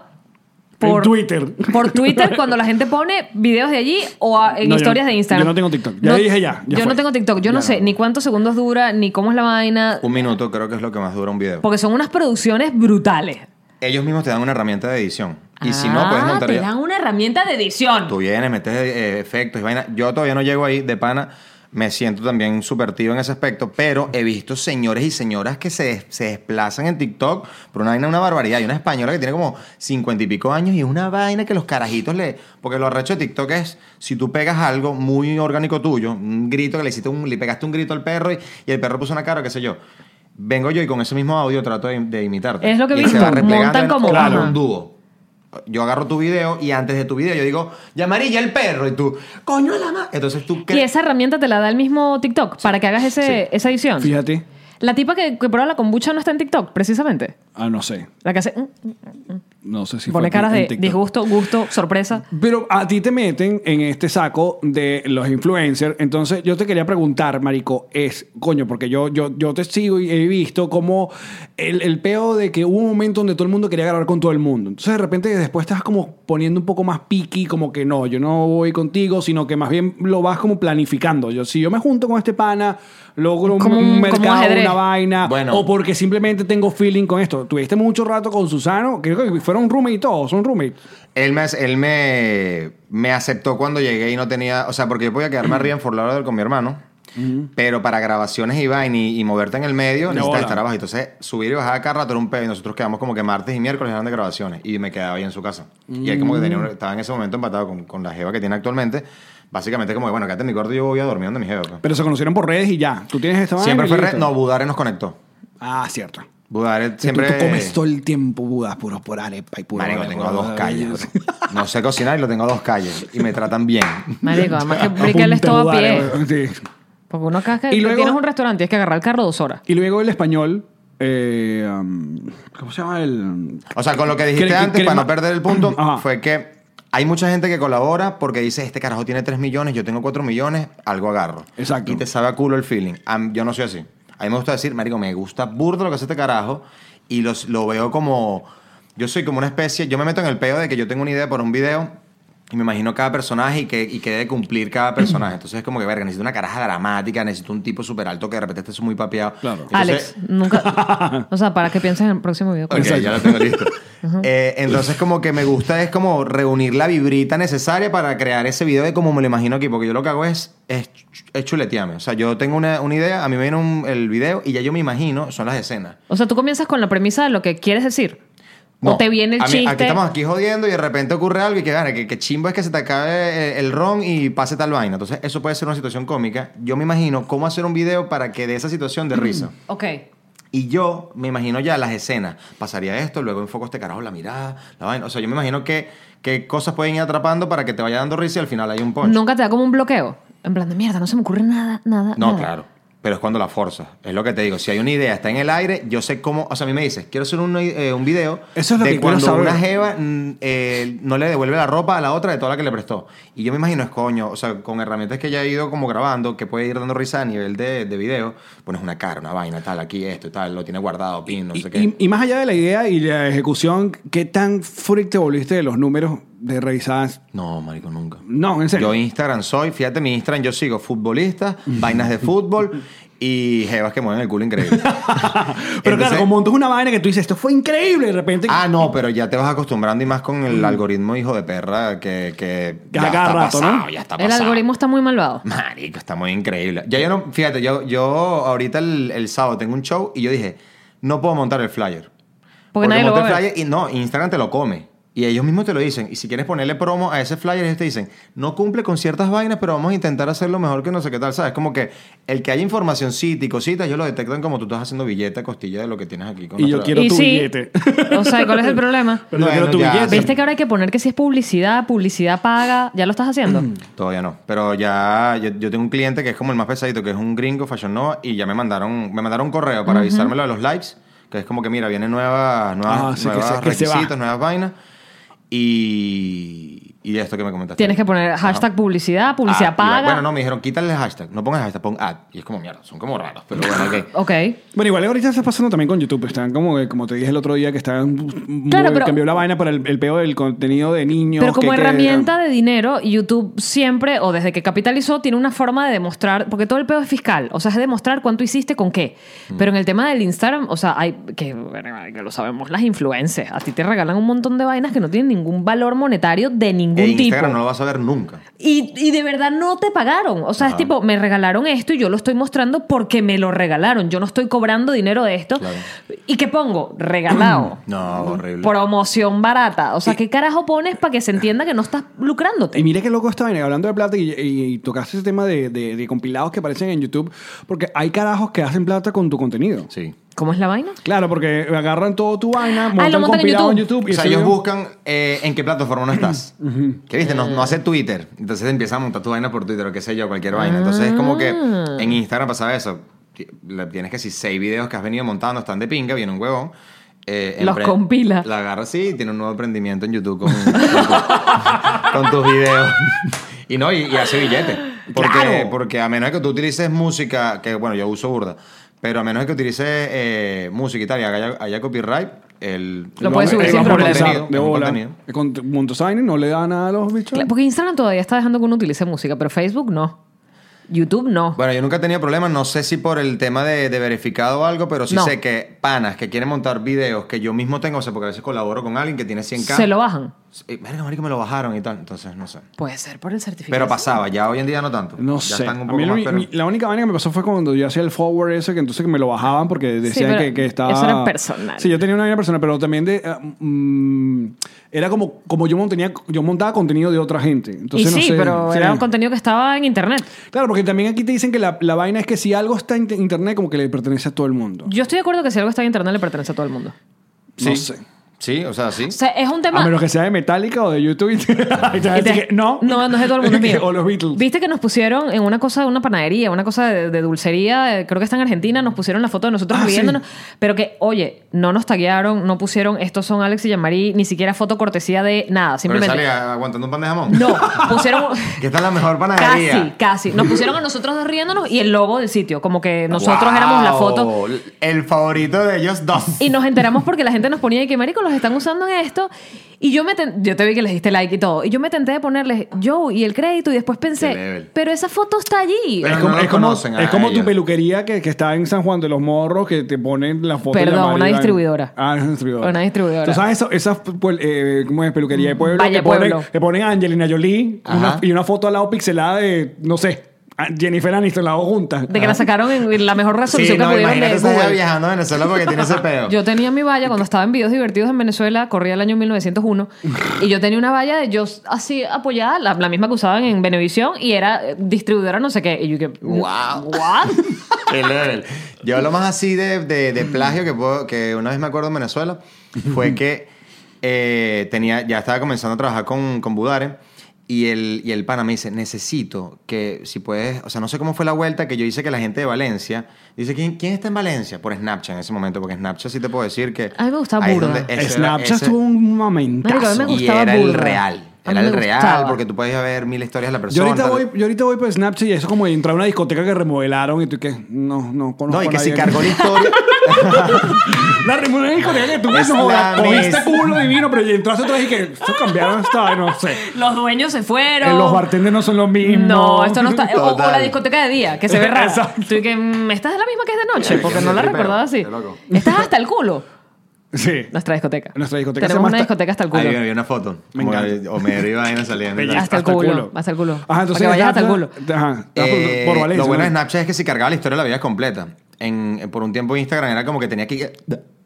Speaker 4: En Twitter.
Speaker 3: Por Twitter, cuando la gente pone videos de allí o a- en
Speaker 4: No, yo-
Speaker 3: historias de Instagram.
Speaker 4: yo no tengo TikTok. Ya dije ya, ya
Speaker 3: yo
Speaker 4: fue.
Speaker 3: no tengo TikTok. Yo
Speaker 4: Ya
Speaker 3: no sé
Speaker 4: no.
Speaker 3: ni cuántos segundos dura, ni cómo es la vaina.
Speaker 1: Un minuto creo que es lo que más dura un video.
Speaker 3: Porque son unas producciones brutales.
Speaker 1: Ellos mismos te dan una herramienta de edición. Y si no,
Speaker 3: Ah,
Speaker 1: puedes montar
Speaker 3: Te
Speaker 1: ya-
Speaker 3: dan una herramienta de edición.
Speaker 1: Tú vienes, metes eh, efectos y vaina. Yo todavía no llego ahí de pana. Me siento también súper tío en ese aspecto, pero he visto señores y señoras que se, des- se desplazan en TikTok por una vaina, una barbaridad. Hay una española que tiene como cincuenta y pico años y es una vaina que los carajitos le. Porque lo arrecho de TikTok es si tú pegas algo muy orgánico tuyo, un grito que le hiciste, un, le pegaste un grito al perro y, y el perro puso una cara, qué sé yo. Vengo yo y con ese mismo audio trato de, de imitarte.
Speaker 3: Es lo que he
Speaker 1: Y
Speaker 3: visto.
Speaker 1: se va replegando
Speaker 3: Montan
Speaker 1: en-
Speaker 3: como-
Speaker 1: Claro,
Speaker 3: Ajá.
Speaker 1: un dúo yo agarro tu video y antes de tu video yo digo, llamarilla el perro y tú, coño de la ma-". Entonces tú
Speaker 3: Y esa herramienta te la da el mismo TikTok para que hagas ese, esa
Speaker 1: Ah,
Speaker 3: edición.
Speaker 4: Fíjate.
Speaker 3: La tipa que, que prueba la kombucha no está en TikTok, precisamente.
Speaker 4: Ah, no sé.
Speaker 3: La que hace. mm,
Speaker 4: No sé si
Speaker 3: pone
Speaker 4: fue
Speaker 3: caras
Speaker 4: en
Speaker 3: de
Speaker 4: TikTok.
Speaker 3: disgusto, gusto, sorpresa.
Speaker 4: Pero a ti te meten en este saco de los influencers. Entonces, yo te quería preguntar, Marico, es, coño, porque yo, yo, yo te sigo y he visto como el, el peo de que hubo un momento donde todo el mundo quería grabar con todo el mundo. Entonces, de repente, después estás como poniendo un poco más piqui, como que no, yo no voy contigo, sino que más bien lo vas como planificando. Yo, si yo me junto con este pana, logro un,
Speaker 3: Como un-
Speaker 4: un
Speaker 3: como un
Speaker 4: mercado,
Speaker 3: ajedrez.
Speaker 4: una vaina,
Speaker 1: Bueno.
Speaker 4: o porque simplemente tengo feeling con esto. Tuviste mucho rato con Susano, creo que fueron roommate todos, son roommate.
Speaker 1: Él, me, él me, me aceptó cuando llegué y no tenía, o sea, porque yo podía quedarme arriba en Fort Lauderdale con mi hermano, pero para grabaciones y vaina y, y moverte en el medio necesitas
Speaker 4: bola.
Speaker 1: estar abajo. Entonces, subir y bajar cada rato era un pedo y nosotros quedamos como que martes y miércoles eran de grabaciones y me quedaba ahí en su casa. Y él como que
Speaker 4: Mm.
Speaker 1: tenía, un- estaba en ese momento empatado con, con la jeva que tiene actualmente. Básicamente como que, bueno, quédate en mi cuarto y yo voy a dormir donde mi jeva. pues.
Speaker 4: Pero se conocieron por redes y ya. Tú tienes esta
Speaker 1: Siempre
Speaker 4: vaina y
Speaker 1: fue... re-
Speaker 4: listo.
Speaker 1: no, Budare nos conectó.
Speaker 4: Ah, cierto.
Speaker 1: Budare
Speaker 4: Siempre
Speaker 1: siempre...
Speaker 4: tú, comes todo el tiempo budas puros por arepa y puro.
Speaker 1: Marico,
Speaker 4: arepa,
Speaker 1: tengo
Speaker 4: puro-
Speaker 1: dos calles. bro. No sé cocinar y lo tengo a dos calles. Y me tratan bien.
Speaker 3: Marico, además que
Speaker 4: A
Speaker 3: Brickell es
Speaker 4: punta
Speaker 3: todo a
Speaker 4: de
Speaker 3: pie.
Speaker 4: budare, güey. Sí.
Speaker 3: Porque uno acá es que
Speaker 4: Y
Speaker 3: que
Speaker 4: luego-
Speaker 3: tienes un restaurante, tienes que agarrar el carro dos horas.
Speaker 4: Y luego el español. eh, um, ¿Cómo se llama el.?
Speaker 1: O sea, con lo que dijiste
Speaker 4: Cre- cre-
Speaker 1: antes, para
Speaker 4: crema-
Speaker 1: no perder el punto,
Speaker 4: Ajá.
Speaker 1: fue que hay mucha gente que colabora porque dice, este carajo tiene 3 millones, yo tengo 4 millones, algo agarro.
Speaker 4: Exacto.
Speaker 1: Y te sabe a culo el feeling. A mí- yo no soy así. A mí me gusta decir, marico, me gusta burdo lo que hace este carajo y los, lo veo como... Yo soy como una especie... Yo me meto en el peo de que yo tengo una idea para un video Y me imagino cada personaje y que, y que debe cumplir cada personaje. Entonces es como que, verga, necesito una caraja dramática, necesito un tipo súper alto que de repente esté muy papeado.
Speaker 4: Claro.
Speaker 1: Entonces-
Speaker 3: Alex, nunca. O sea, para que pienses en el próximo video.
Speaker 1: Ok, ya lo tengo listo. Eh, entonces como que me gusta es como reunir la vibrita necesaria para crear ese video de como me lo imagino aquí. Porque yo lo que hago es, es, ch- es chuletearme. O sea, yo tengo una, una idea, a mí me viene un- el video y ya yo me imagino, son las escenas.
Speaker 3: O sea, tú comienzas con la premisa de lo que quieres decir.
Speaker 1: No,
Speaker 3: o te viene el
Speaker 1: a mí-
Speaker 3: chiste.
Speaker 1: Aquí estamos aquí jodiendo y de repente ocurre algo y que, gana, que, que chimbo es que se te acabe eh, el ron y pase tal vaina. Entonces, eso puede ser una situación cómica. Yo me imagino cómo hacer un video para que de esa situación de risa.
Speaker 3: Ok.
Speaker 1: Y yo me imagino ya las escenas. Pasaría esto, luego enfoco este carajo la mirada, la vaina. O sea, yo me imagino que, que cosas pueden ir atrapando para que te vaya dando risa y al final hay un punch.
Speaker 3: Nunca te da como un bloqueo. En plan de mierda, no se me ocurre nada, nada.
Speaker 1: No,
Speaker 3: nada".
Speaker 1: claro. Pero es cuando la forzas. Es lo que te digo. Si hay una idea, está en el aire, yo sé cómo. O sea, a mí me dices, quiero hacer un, eh, un video
Speaker 4: Eso es lo
Speaker 1: de
Speaker 4: que quiero
Speaker 1: cuando
Speaker 4: saber.
Speaker 1: una jeva mm, eh, no le devuelve la ropa a la otra de toda la que le prestó. Y yo me imagino, es coño, o sea, con herramientas que ya he ido como grabando, que puede ir dando risa a nivel de, de video, pones una cara, una vaina, tal, aquí, esto, tal, lo tiene guardado, pin, no
Speaker 4: Y,
Speaker 1: sé qué.
Speaker 4: y- y más allá de la idea y la ejecución, ¿qué tan freak te volviste de los números de revisadas?
Speaker 1: No, marico, nunca.
Speaker 4: No, en serio.
Speaker 1: Yo Instagram soy, fíjate mi Instagram, yo sigo futbolistas, vainas de fútbol y jevas que mueven el culo increíble.
Speaker 4: Pero
Speaker 1: Entonces-
Speaker 4: claro, como montas una vaina que tú dices, esto fue increíble, de repente...
Speaker 1: Ah, no, pero ya te vas acostumbrando y más con el algoritmo hijo de perra que, que
Speaker 4: Mm. Que cada
Speaker 1: está
Speaker 4: rato, ¿no?
Speaker 1: pasado, ya está
Speaker 3: El
Speaker 1: pasado. Mm.
Speaker 3: algoritmo está muy malvado.
Speaker 1: Marico, está muy increíble. Ya yo no, fíjate, yo, yo ahorita el, el sábado tengo un show y yo dije, no puedo montar el flyer.
Speaker 3: Porque nadie lo
Speaker 1: monto
Speaker 3: va
Speaker 1: el
Speaker 3: a ver.
Speaker 1: flyer y no, Instagram te lo come. Y ellos mismos te lo dicen. Y si quieres ponerle promo a ese flyer, ellos te dicen, no cumple con ciertas vainas, pero vamos a intentar hacerlo mejor que no sé qué tal, ¿sabes? Como que el que haya información y cositas, ellos lo detectan como tú estás haciendo billete a costilla de lo que tienes aquí. Con
Speaker 4: Y yo
Speaker 1: nuestra-
Speaker 4: quiero
Speaker 3: Y
Speaker 4: tu
Speaker 3: sí.
Speaker 4: billete.
Speaker 3: O sea, ¿cuál es el problema?
Speaker 4: Pero yo
Speaker 1: Bueno,
Speaker 4: quiero tu
Speaker 1: ya.
Speaker 4: billete.
Speaker 3: ¿Viste que ahora hay que poner que si es publicidad, publicidad paga? ¿Ya lo estás haciendo?
Speaker 1: Todavía no, pero ya yo, yo tengo un cliente que es como el más pesadito, que es un gringo Fashion Nova y ya me mandaron me mandaron un correo para avisármelo de los likes, que es como que mira, vienen nuevas nuevas,
Speaker 4: Ah, sí, que
Speaker 1: nuevas
Speaker 4: se- que se va.
Speaker 1: requisitos, nuevas vainas y y esto que me comentaste.
Speaker 3: Tienes que poner hashtag publicidad, publicidad
Speaker 1: Ah, y-
Speaker 3: paga.
Speaker 1: bueno, no, me dijeron quítale el hashtag, no pongas hashtag, pon ad y es como mierda, son como raros, pero bueno, ok.
Speaker 3: Ok.
Speaker 4: Bueno, igual ahorita está pasando también con YouTube. Están como, que- como te dije el otro día, que están.
Speaker 3: Claro, pero-
Speaker 4: cambió la vaina para el, el peo del contenido de niños.
Speaker 3: Pero como
Speaker 4: que- que-
Speaker 3: herramienta de dinero, YouTube siempre, o desde que capitalizó, tiene una forma de demostrar, porque todo el pedo es fiscal, o sea, es demostrar cuánto hiciste con qué.
Speaker 1: Mm.
Speaker 3: Pero en el tema del Instagram, o sea, hay que, verga, que lo sabemos las influencers, a ti te regalan un montón de vainas que no tienen ningún valor monetario de ningún
Speaker 1: E
Speaker 3: tipo.
Speaker 1: Instagram no lo vas a ver nunca.
Speaker 3: Y, y de verdad no te pagaron. O sea, es tipo, me regalaron esto y yo lo estoy mostrando porque me lo regalaron. Yo no estoy cobrando dinero de esto.
Speaker 1: Claro.
Speaker 3: ¿Y qué pongo? Regalado.
Speaker 1: No, horrible.
Speaker 3: Promoción barata. O sea, ¿qué carajo pones para que se entienda que no estás lucrándote?
Speaker 4: Y mira qué loco esta vaina, hablando de plata y, y tocaste ese tema de, de- de compilados que aparecen en YouTube, porque hay carajos que hacen plata con tu contenido.
Speaker 1: Sí.
Speaker 3: ¿Cómo es la vaina?
Speaker 4: Claro, porque agarran todo tu vaina, montan,
Speaker 3: lo montan en
Speaker 4: compilado en
Speaker 3: YouTube.
Speaker 4: YouTube. y
Speaker 1: O sea,
Speaker 4: ese
Speaker 1: ellos
Speaker 4: video-
Speaker 1: buscan eh, en qué plataforma no estás. que viste, no, no
Speaker 4: Eh.
Speaker 1: hace Twitter. Entonces empiezan a montar tu vaina por Twitter o qué sé yo, cualquier vaina. Entonces es como que
Speaker 4: Ah.
Speaker 1: en Instagram pasaba eso. Ti- la- Tienes que si seis videos que has venido montando están de pinga, viene un huevón. eh,
Speaker 3: Los
Speaker 1: empre-
Speaker 3: compila.
Speaker 1: La agarra así y tiene un nuevo emprendimiento en YouTube con, con- con tus videos. Y no, y, y hace billete. Porque,
Speaker 4: Claro.
Speaker 1: porque a menos que tú utilices música, que bueno, yo uso burda, pero a menos que utilices eh, música y tal y haya, haya copyright, el,
Speaker 3: Lo puedes
Speaker 1: no,
Speaker 3: subir
Speaker 1: es
Speaker 3: sin
Speaker 1: un
Speaker 3: problema.
Speaker 1: contenido,
Speaker 4: De
Speaker 1: es un
Speaker 4: bola.
Speaker 1: contenido.
Speaker 4: Con tu- Montosign no le da nada a los bichos.
Speaker 3: Porque Instagram todavía está dejando que uno utilice música, pero Facebook no. YouTube no.
Speaker 1: Bueno, yo nunca he tenido problemas, no sé si por el tema de, de verificado o algo, pero sí
Speaker 3: No.
Speaker 1: sé que panas que quieren montar videos que yo mismo tengo, o sea, porque a veces colaboro con alguien que tiene 100k.
Speaker 3: Se lo bajan.
Speaker 1: Eh, Verga, marico, me lo bajaron y tal, entonces no sé.
Speaker 3: Puede ser por el certificado.
Speaker 1: Pero pasaba, ya hoy en día no tanto.
Speaker 4: No
Speaker 1: ya
Speaker 4: sé.
Speaker 1: Están un
Speaker 4: A
Speaker 1: poco
Speaker 4: mí lo
Speaker 1: más,
Speaker 4: mi-
Speaker 1: pero-
Speaker 4: mi- la única vaina que me pasó fue cuando yo hacía el forward ese, que entonces que me lo bajaban porque decían
Speaker 3: pero
Speaker 4: que, que estaba.
Speaker 3: eso era personal.
Speaker 4: Sí, yo tenía una vaina personal, pero también de. ah, mm, era como, como yo, montenía- yo montaba contenido de otra gente. Entonces,
Speaker 3: y
Speaker 4: no
Speaker 3: sí,
Speaker 4: sé,
Speaker 3: pero
Speaker 4: sí.
Speaker 3: era un contenido que estaba en internet.
Speaker 4: Claro, porque también aquí te dicen que la, la vaina es que si algo está en te- internet, como que le pertenece a todo el mundo.
Speaker 3: Yo estoy de acuerdo que si algo está en internet le pertenece a todo el mundo.
Speaker 4: No
Speaker 1: Sí.
Speaker 4: sé.
Speaker 1: Sí, o sea, sí.
Speaker 3: O sea, es un tema.
Speaker 4: A menos que sea de Metallica o de YouTube. y te- y te van a
Speaker 3: Y te-
Speaker 4: decir que no.
Speaker 3: no, no es de todo el mundo es mío.
Speaker 4: o los Beatles.
Speaker 3: Viste que nos pusieron en una cosa, una panadería, una cosa de, de dulcería, eh, creo que está en Argentina, nos pusieron la foto de nosotros
Speaker 4: Ah,
Speaker 3: riéndonos, pero que, oye, no nos taguearon, no pusieron, estos son Alex y Yamari, ni siquiera foto cortesía de nada,
Speaker 1: Pero
Speaker 3: simplemente.
Speaker 1: sale a- aguantando un pan de jamón.
Speaker 3: No, pusieron.
Speaker 1: Que está la mejor panadería.
Speaker 3: casi, casi. Nos pusieron a nosotros dos riéndonos y el logo del sitio, como que nosotros
Speaker 1: Wow,
Speaker 3: éramos la foto.
Speaker 1: El favorito de ellos dos.
Speaker 3: Y nos enteramos porque la gente nos ponía de que, marico, los están usando en esto. Y yo me ten- yo te vi que les diste like y todo. Y yo me tenté de ponerles yo y el crédito. Y después
Speaker 1: Qué
Speaker 3: pensé,
Speaker 1: level.
Speaker 3: pero esa foto está allí.
Speaker 1: Pero
Speaker 4: es como,
Speaker 1: no lo
Speaker 4: es como-
Speaker 1: conocen a
Speaker 4: es como tu
Speaker 1: ellos.
Speaker 4: peluquería que, que está en San Juan de los Morros que te ponen la foto.
Speaker 3: Perdón,
Speaker 4: de la
Speaker 3: una
Speaker 4: María.
Speaker 3: distribuidora.
Speaker 4: Ah, una distribuidora.
Speaker 3: Una distribuidora.
Speaker 4: ¿Tú sabes eso, esas pues, eh, ¿cómo es? peluquería de pueblo?
Speaker 3: Valle
Speaker 4: que ponen,
Speaker 3: Pueblo.
Speaker 4: Que ponen a Angelina Jolie
Speaker 1: Ajá.
Speaker 4: una- y una foto al lado pixelada de, no sé, a Jennifer Aniston, las dos juntas.
Speaker 3: De que la sacaron en la mejor resolución
Speaker 1: Sí,
Speaker 3: que
Speaker 1: no,
Speaker 3: pudieron
Speaker 1: imagínate
Speaker 3: de
Speaker 1: esa jeva
Speaker 3: Google.
Speaker 1: viajando a Venezuela porque tiene ese peo.
Speaker 3: Yo tenía mi valla cuando estaba en videos divertidos en Venezuela, corría el año 1901, y yo tenía una valla de yo así apoyada, la, la misma que usaban en Venevisión, y era eh, distribuidora no sé qué. Y yo que,
Speaker 1: Wow.
Speaker 3: ¿what?
Speaker 1: Qué level. Yo lo más así de, de- de plagio que, puedo- que una vez me acuerdo en Venezuela fue que eh, tenía, ya estaba comenzando a trabajar con, con Budare y el, y el pana me dice, necesito que si puedes, o sea, no sé cómo fue la vuelta que yo hice que la gente de Valencia, dice, ¿quién, quién está en Valencia? Por Snapchat en ese momento, porque Snapchat sí te puedo decir que...
Speaker 3: A mí me gustaba
Speaker 1: ahí es
Speaker 3: burda.
Speaker 1: donde- eso era-
Speaker 4: Ah, Snapchat
Speaker 1: ese-
Speaker 4: tuvo un momento.
Speaker 3: Marico, a mí me
Speaker 1: y
Speaker 3: gustaba
Speaker 1: era el
Speaker 3: burda.
Speaker 1: real.
Speaker 3: A mí
Speaker 1: Era el
Speaker 3: me
Speaker 1: real,
Speaker 3: gustaba.
Speaker 1: porque tú podías ver mil historias de la
Speaker 4: Yo
Speaker 1: persona.
Speaker 4: ahorita,
Speaker 1: tal.
Speaker 4: voy, yo ahorita voy por Snapchat y eso es como entrar a una discoteca que remodelaron y tú que no, no conozco
Speaker 1: No, y
Speaker 4: a
Speaker 1: que si
Speaker 4: nadie.
Speaker 1: cargó la historia...
Speaker 4: La remodelaron en discoteca que tú que
Speaker 1: Es
Speaker 4: no jodas,
Speaker 1: la
Speaker 4: cogiste
Speaker 1: misma.
Speaker 4: culo divino, pero entraste otra vez y que esto cambiaron hasta, no sé.
Speaker 3: Los dueños se
Speaker 4: Eh,
Speaker 3: fueron.
Speaker 4: Los bartenders no son los mismos.
Speaker 3: No, esto no está. O, o la
Speaker 1: Total.
Speaker 3: discoteca de día, que se ve rara.
Speaker 4: Exacto.
Speaker 3: Tú y que, mm, esta es la misma que es de noche,
Speaker 1: Sí,
Speaker 3: porque
Speaker 1: que
Speaker 3: no
Speaker 1: se
Speaker 3: la
Speaker 1: tripea,
Speaker 3: recordaba así.
Speaker 1: qué loco.
Speaker 3: Estás hasta el culo.
Speaker 4: Sí.
Speaker 3: Nuestra discoteca.
Speaker 4: Nuestra discoteca se llama
Speaker 3: Tenemos una
Speaker 4: hasta-
Speaker 3: discoteca hasta el culo.
Speaker 1: Ahí había una foto.
Speaker 4: Me
Speaker 1: como
Speaker 4: encanta.
Speaker 1: Homero y vaina saliendo. y
Speaker 4: Bella.
Speaker 1: tal.
Speaker 3: Hasta el culo, hasta el culo.
Speaker 4: Ajá, entonces.
Speaker 3: Para que vayas hasta el
Speaker 4: Snapchat- Ajá. Ah, por-
Speaker 1: Eh,
Speaker 4: por Valencia.
Speaker 1: Lo bueno de
Speaker 4: ¿no?
Speaker 1: Snapchat es que si cargaba la historia la vida completa. En, en- por un tiempo Instagram era como que tenía que...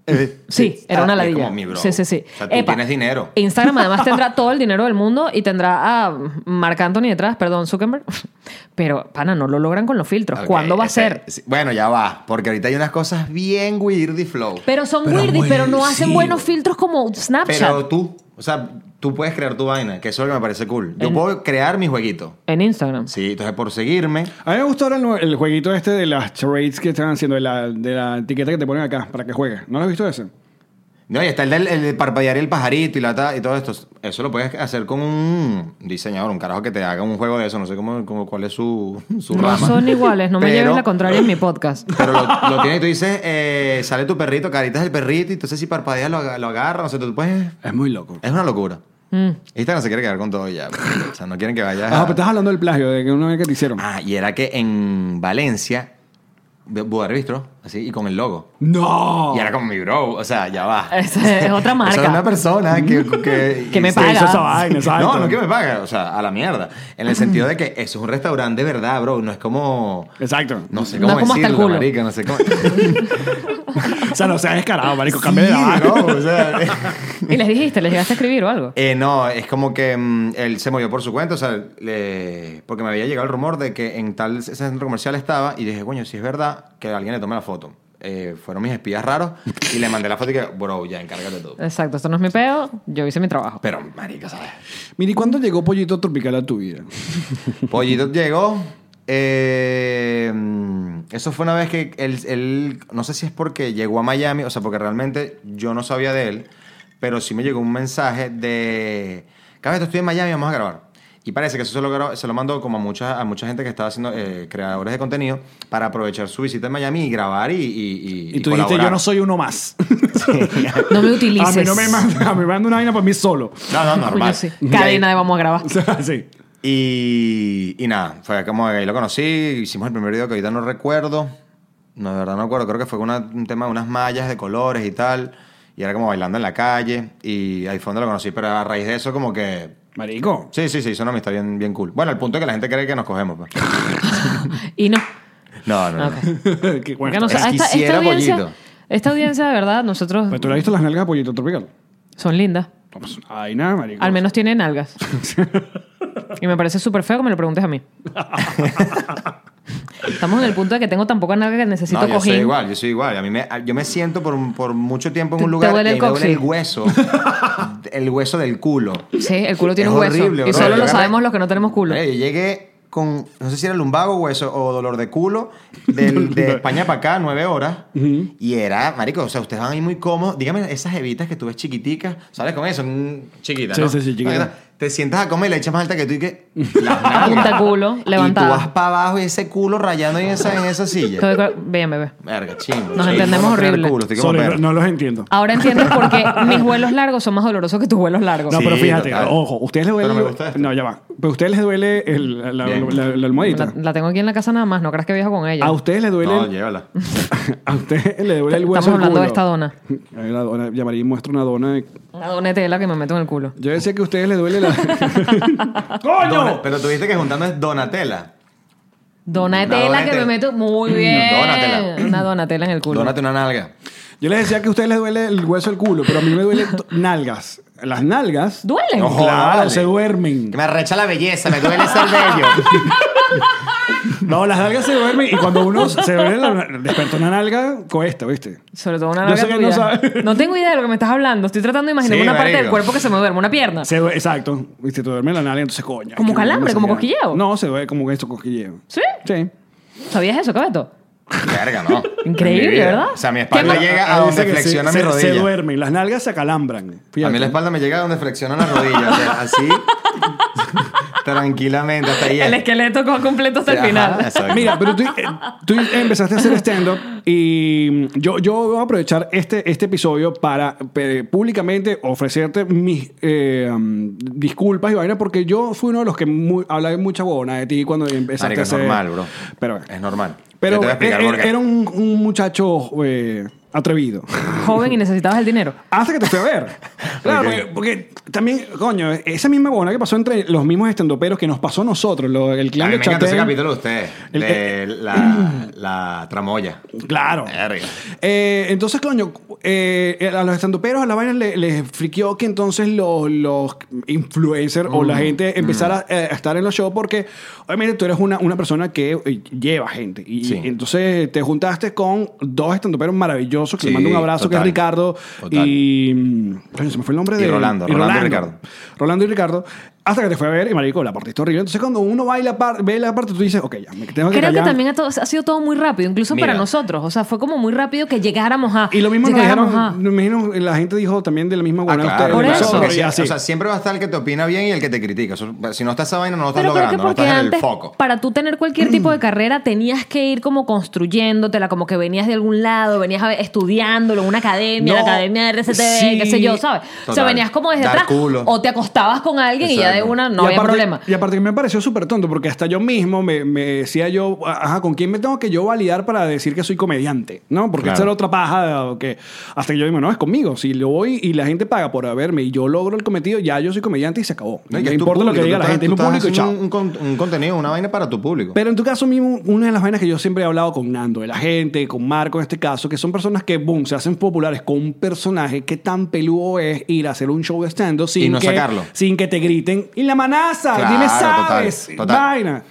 Speaker 1: eh,
Speaker 3: Sí, era
Speaker 1: ah, y
Speaker 3: una
Speaker 1: es
Speaker 3: ladilla.
Speaker 1: como, mi bro,
Speaker 3: Sí, sí, sí.
Speaker 1: O sea, tú
Speaker 3: Epa,
Speaker 1: tienes dinero.
Speaker 3: Instagram además tendrá todo el dinero del mundo y tendrá a Marc Anthony detrás, perdón, Zuckerberg. Pero, pana, no lo logran con los filtros.
Speaker 1: Ok,
Speaker 3: ¿Cuándo va a
Speaker 1: ese-
Speaker 3: ser?
Speaker 1: sí, Bueno, ya va. Porque ahorita hay unas cosas bien weirdy flow.
Speaker 3: Pero son weirdies, pero no hacen buenos filtros como Snapchat.
Speaker 1: Pero tú, o sea, tú puedes crear tu vaina, que eso es lo que me parece cool. Yo
Speaker 3: En-
Speaker 1: puedo crear mi jueguito.
Speaker 3: En Instagram.
Speaker 1: Sí, entonces por seguirme...
Speaker 4: A mí me gustó ahora el, nue- el jueguito este de las trades que están haciendo, de la, de la etiqueta que te ponen acá para que juegues. ¿No lo has visto ese?
Speaker 1: No, y está el, del- el de parpadear y el pajarito y la ta- y todo esto. Eso lo puedes hacer con un diseñador, un carajo que te haga un juego de eso. No sé cómo, cómo- cuál es su, su
Speaker 3: No
Speaker 1: rama.
Speaker 3: son iguales, no me
Speaker 1: Pero-
Speaker 3: lleves la contraria en mi podcast.
Speaker 1: Pero lo, lo tienes y tú dices, eh, sale tu perrito, caritas del perrito, y entonces si parpadeas lo, aga- lo agarra, no sé, tú puedes...
Speaker 4: Es muy loco.
Speaker 1: Es una locura.
Speaker 3: Mm.
Speaker 1: Instagram se quiere quedar con todo ya. O sea, no quieren que vayas...
Speaker 4: Ah,
Speaker 1: a-
Speaker 4: pero estás hablando del plagio, de que una vez que te hicieron.
Speaker 1: Ah, y era que en Valencia, Budar Bistro, así, y con el logo.
Speaker 4: ¡No!
Speaker 1: Y era como mi bro, o sea, ya va.
Speaker 3: Esa es otra marca.
Speaker 1: O sea, una persona que, que,
Speaker 3: Que me
Speaker 1: y-
Speaker 4: Se hizo
Speaker 3: paga.
Speaker 4: esa vaina, exacto.
Speaker 1: No, no que me paga, o sea, a la mierda. En el sentido de que eso es un restaurante de verdad, bro. No es como.
Speaker 4: Exacto.
Speaker 1: No sé
Speaker 3: No
Speaker 1: cómo
Speaker 3: es como hasta el
Speaker 1: decirlo,
Speaker 3: culo.
Speaker 1: marica, no sé cómo.
Speaker 4: O sea, no seas descarado, marico. Cambia de
Speaker 1: Sí,
Speaker 4: barco.
Speaker 1: bro, o sea,
Speaker 3: Y les dijiste, les llegaste a escribir o algo.
Speaker 1: eh, no, es como que mm, él se movió por su cuenta, o sea, le- porque me había llegado el rumor de que en tal centro comercial estaba y dije, coño, si es verdad, que alguien le tome la foto. Eh, fueron mis espías raros y le mandé la foto y que, bro, ya encárgate tú.
Speaker 3: Exacto, esto no es mi peo, yo hice mi trabajo.
Speaker 1: Pero, marica, ¿sabes?
Speaker 4: Mira, ¿y cuándo llegó Pollito Tropical a tu vida?
Speaker 1: Pollito llegó. eh, eso fue una vez que él, él- no sé si es porque llegó a Miami, o sea, porque realmente yo no sabía de él, pero sí me llegó un mensaje de, Cabeto, estoy en Miami, vamos a grabar. Y parece que eso se lo, gra- se lo mandó como a mucha, a mucha gente que estaba haciendo eh, creadores de contenido para aprovechar su visita en Miami y grabar y... Y, y-
Speaker 4: Y
Speaker 1: y
Speaker 4: tú dijiste,
Speaker 1: colaborar.
Speaker 4: yo no soy uno más.
Speaker 3: No me
Speaker 4: A
Speaker 3: utilices.
Speaker 4: mí no me manda, a mí me manda una vaina para mí solo.
Speaker 1: No, no,
Speaker 3: Coño,
Speaker 1: normal.
Speaker 3: sí.
Speaker 1: Y ahí-
Speaker 3: Cadena de vamos a grabar.
Speaker 4: O sea, sí.
Speaker 1: Y, y nada, fue como que ahí lo conocí, hicimos el primer video que ahorita no recuerdo. No, de verdad no recuerdo, creo que fue una- un tema de unas mallas de colores y tal. Y era como bailando en la calle. Y ahí fue donde lo conocí, pero a raíz de eso como que...
Speaker 4: Marico.
Speaker 1: Sí, sí, sí, hizo una amistad bien, bien cool. Bueno, al punto de que la gente cree que nos cogemos. pues.
Speaker 3: Y no.
Speaker 1: No, no, no.
Speaker 3: Ok.
Speaker 4: Qué Eh, bueno.
Speaker 3: Ya no sé, esta- esta,
Speaker 1: Exquisiera
Speaker 3: audiencia,
Speaker 1: pollito.
Speaker 3: esta audiencia, de verdad, nosotros
Speaker 4: Pero pues tú le has visto las nalgas de Pollito Tropical.
Speaker 3: son lindas.
Speaker 4: No, pues, ay, nada, marico.
Speaker 3: Al menos tienen algas. y me parece súper feo que me lo preguntes a mí. Estamos en el punto de que tengo tan poca nalga que necesito
Speaker 1: No, yo soy
Speaker 3: cojín.
Speaker 1: igual, yo soy igual. A mí me, a- yo me siento por, un- por mucho tiempo en
Speaker 3: Te-
Speaker 1: un
Speaker 3: te
Speaker 1: lugar
Speaker 3: duele
Speaker 1: y
Speaker 3: el
Speaker 1: me duele el
Speaker 3: coxis.
Speaker 1: hueso. el hueso del culo.
Speaker 3: Sí, el culo tiene
Speaker 1: Es
Speaker 3: un hueso.
Speaker 1: horrible,
Speaker 3: y
Speaker 1: bro.
Speaker 3: solo
Speaker 1: Yo
Speaker 3: lo
Speaker 1: agarré-
Speaker 3: sabemos los que no tenemos culo.
Speaker 1: Eh, yo llegué con, no sé si era lumbago o eso, o dolor de culo, del- de España para acá, nueve horas. Y era, marico, o sea, ustedes van ahí muy cómodos. Dígame, esas evitas que tú ves chiquiticas, ¿sabes con eso? Mm, Chiquita,
Speaker 4: Sí,
Speaker 1: ¿no?
Speaker 4: sí, sí, chiquita.
Speaker 1: Te sientas a comer y la echas más alta que tú y que...
Speaker 3: A punta culo,
Speaker 1: Y
Speaker 3: levantada.
Speaker 1: tú vas para abajo y ese culo rayando en esa, en esa silla.
Speaker 3: Estoy de acuerdo. Bien, bebé.
Speaker 1: Verga, chingo.
Speaker 3: Nos
Speaker 1: Sí,
Speaker 3: entendemos
Speaker 1: vamos a tener
Speaker 3: horrible.
Speaker 1: culo, estoy como
Speaker 4: Sorry,
Speaker 1: perro.
Speaker 4: no los entiendo.
Speaker 3: Ahora entiendes por qué mis vuelos largos son más dolorosos que tus vuelos largos.
Speaker 4: No,
Speaker 1: Sí,
Speaker 4: pero fíjate,
Speaker 1: total.
Speaker 4: ojo, ustedes les duele.
Speaker 1: Pero me gusta esto.
Speaker 4: No, ya va. Pero a ustedes les duele el- la, la-
Speaker 1: Bien.
Speaker 4: la- la almohadita.
Speaker 3: La, la tengo aquí en la casa nada más, no creas que viajo con ella.
Speaker 4: A ustedes les duele.
Speaker 1: No,
Speaker 4: el-
Speaker 1: llévala.
Speaker 4: a ustedes les duele el hueso.
Speaker 3: Estamos
Speaker 4: del
Speaker 3: hablando de
Speaker 4: culo.
Speaker 3: esta dona.
Speaker 4: Ahí la dona. Ya María muestra una dona. de-
Speaker 3: Una donetela que me meto en el culo.
Speaker 4: Yo decía que a ustedes les duele la.
Speaker 1: Dona-
Speaker 4: ¡Coño!
Speaker 1: pero tuviste que juntando es Donatella.
Speaker 3: Donatella
Speaker 1: Donatella.
Speaker 3: que
Speaker 1: Mm,
Speaker 3: me meto muy bien.
Speaker 1: Donatella.
Speaker 3: Una donatela en el culo.
Speaker 1: Dónate una nalga.
Speaker 4: Yo les decía que a ustedes les duele el hueso del culo, pero a mí me duele to- nalgas. Las nalgas.
Speaker 3: Duelen.
Speaker 1: Ojo.
Speaker 4: Claro,
Speaker 1: vale.
Speaker 4: se duermen.
Speaker 1: Que me arrecha la belleza, me duele ser bello.
Speaker 4: No, las nalgas se duermen y cuando uno se duerme, la- despertó una nalga, cuesta, ¿viste?
Speaker 3: Sobre todo una
Speaker 4: Yo sé
Speaker 3: nalga
Speaker 4: que no
Speaker 3: tuya.
Speaker 4: sabes.
Speaker 3: No tengo idea de lo que me estás hablando. Estoy tratando de imaginar
Speaker 1: Sí,
Speaker 3: una parte
Speaker 1: marico.
Speaker 3: del cuerpo que se me duerme, una pierna.
Speaker 4: Se due- exacto. ¿Viste? Te duerme la nalga, entonces coño.
Speaker 3: ¿Como
Speaker 4: es que
Speaker 3: calambre,
Speaker 4: no sé
Speaker 3: como
Speaker 4: qué.
Speaker 3: cosquilleo?
Speaker 4: No, se duele como esto, cosquilleo.
Speaker 3: ¿Sí?
Speaker 4: Sí.
Speaker 3: ¿Sabías eso, Cabeto?
Speaker 1: Verga, ¿no?
Speaker 3: Increíble,
Speaker 1: En mi vida.
Speaker 3: ¿verdad?
Speaker 1: O sea, mi
Speaker 3: ¿Qué
Speaker 1: espalda
Speaker 3: más?
Speaker 1: llega a
Speaker 4: Ah,
Speaker 1: donde
Speaker 4: dice que sí,
Speaker 1: flexiona
Speaker 4: se,
Speaker 1: mi rodilla.
Speaker 4: Se duermen, las nalgas se acalambran.
Speaker 1: A mí la
Speaker 4: fíjate.
Speaker 1: espalda me llega a donde flexiona la rodilla. o sea, así, tranquilamente, hasta ahí.
Speaker 3: El esqueleto co- completo hasta el
Speaker 1: Ajá,
Speaker 3: final.
Speaker 1: exacto.
Speaker 4: Mira, pero tú, eh, tú empezaste a hacer stand-up y yo, yo voy a aprovechar este, este episodio para eh, públicamente ofrecerte mis eh, um, disculpas y vaina porque yo fui uno de los que muy, hablaba mucha huevona de ti cuando empezaste
Speaker 1: Marico,
Speaker 4: a
Speaker 1: es
Speaker 4: hacer...
Speaker 1: normal, bro.
Speaker 4: Pero,
Speaker 1: Es normal.
Speaker 4: pero
Speaker 1: Yo te voy a explicar
Speaker 4: eh,
Speaker 1: por qué.
Speaker 4: era un, un muchacho eh, atrevido.
Speaker 3: Joven y necesitabas el dinero.
Speaker 4: Hasta que te fui a ver. Claro,
Speaker 1: Ok.
Speaker 4: porque, porque también, coño, esa misma huevona que pasó entre los mismos estandoperos que nos pasó a nosotros, lo- el
Speaker 1: A
Speaker 4: clan
Speaker 1: mí me
Speaker 4: de
Speaker 1: encantó ese
Speaker 4: Chatel.
Speaker 1: capítulo de ustedes,
Speaker 4: El-
Speaker 1: de la, la tramoya.
Speaker 4: Claro.
Speaker 1: Verga.
Speaker 4: Eh, entonces, coño, eh, a los estandoperos, a la vaina le- les friqueó que entonces los, los influencers o la gente empezara eh, a, estar en los shows porque obviamente tú eres una, una persona que eh, lleva gente. Y
Speaker 1: Sí.
Speaker 4: entonces te juntaste con dos estandoperos maravillosos que
Speaker 1: Sí,
Speaker 4: le mando un abrazo, que
Speaker 1: total.
Speaker 4: es Ricardo
Speaker 1: Total.
Speaker 4: y... mm, coño, se me fue el nombre
Speaker 1: Y
Speaker 4: de...
Speaker 1: Rolando, Rolando y Ricardo.
Speaker 4: Rolando y Ricardo. Hasta que te fue a ver y marico, la parte está horrible. Entonces cuando uno va y la par- ve la parte, tú dices, ok, ya, me tengo que
Speaker 3: Creo que
Speaker 4: callar.
Speaker 3: también ha, todo- ha sido todo muy rápido, incluso
Speaker 1: Mira.
Speaker 3: para nosotros. O sea, fue como muy rápido que llegáramos a.
Speaker 4: Y lo mismo nos
Speaker 3: llegáramos
Speaker 4: dijeron, me imagino, la gente dijo también de la misma
Speaker 1: Ah,
Speaker 4: buena
Speaker 1: claro,
Speaker 3: Por
Speaker 1: claro,
Speaker 3: eso.
Speaker 1: porque
Speaker 4: y
Speaker 1: si-
Speaker 4: así.
Speaker 1: O sea, siempre va a estar el que te opina bien y el que te critica. Eso- si no está esa vaina, no lo estás
Speaker 3: Pero creo que
Speaker 1: logrando, no
Speaker 3: porque
Speaker 1: estás en
Speaker 3: antes,
Speaker 1: el foco.
Speaker 3: para tú tener cualquier tipo de carrera, tenías que ir como construyéndotela, como que venías de algún lado, venías a- estudiándolo en una academia,
Speaker 4: No,
Speaker 3: la academia de RCTV,
Speaker 4: sí.
Speaker 3: qué sé yo, ¿sabes? O sea,
Speaker 1: Total.
Speaker 3: venías como desde
Speaker 1: Dar
Speaker 3: atrás,
Speaker 1: culo.
Speaker 3: o te acostabas con alguien y ya de
Speaker 1: Exacto.
Speaker 3: una no
Speaker 4: Y
Speaker 3: había
Speaker 4: aparte-
Speaker 3: problema.
Speaker 4: Y aparte que me pareció súper tonto, porque hasta yo mismo me, me decía yo, ajá, ¿con quién me tengo que yo validar para decir que soy comediante? ¿No? Porque
Speaker 1: Claro.
Speaker 4: esa era otra paja o que hasta que yo digo, no, es conmigo. Si lo voy y la gente paga por verme y yo logro el cometido, ya yo soy comediante y se acabó. No,
Speaker 1: y
Speaker 4: me
Speaker 1: es tu
Speaker 4: importa lo que
Speaker 1: público,
Speaker 4: diga
Speaker 1: tú
Speaker 4: la
Speaker 1: estás-
Speaker 4: gente, es
Speaker 1: tú
Speaker 4: mi
Speaker 1: estás
Speaker 4: público y
Speaker 1: haciendo
Speaker 4: chao.
Speaker 1: Un, un con- un contenido, una vaina para tu público.
Speaker 4: Pero en tu caso mismo, una de las vainas que yo siempre he hablado con Nando, de la gente, con Marco en este caso, que son personas que, boom, se hacen populares con un personaje que tan peludo es ir a hacer un show de stand-up sin,
Speaker 1: no
Speaker 4: que,
Speaker 1: sacarlo.
Speaker 4: sin que te griten, y la manaza,
Speaker 1: Claro,
Speaker 4: dime
Speaker 1: total,
Speaker 4: sabes,
Speaker 1: total.
Speaker 4: vaina.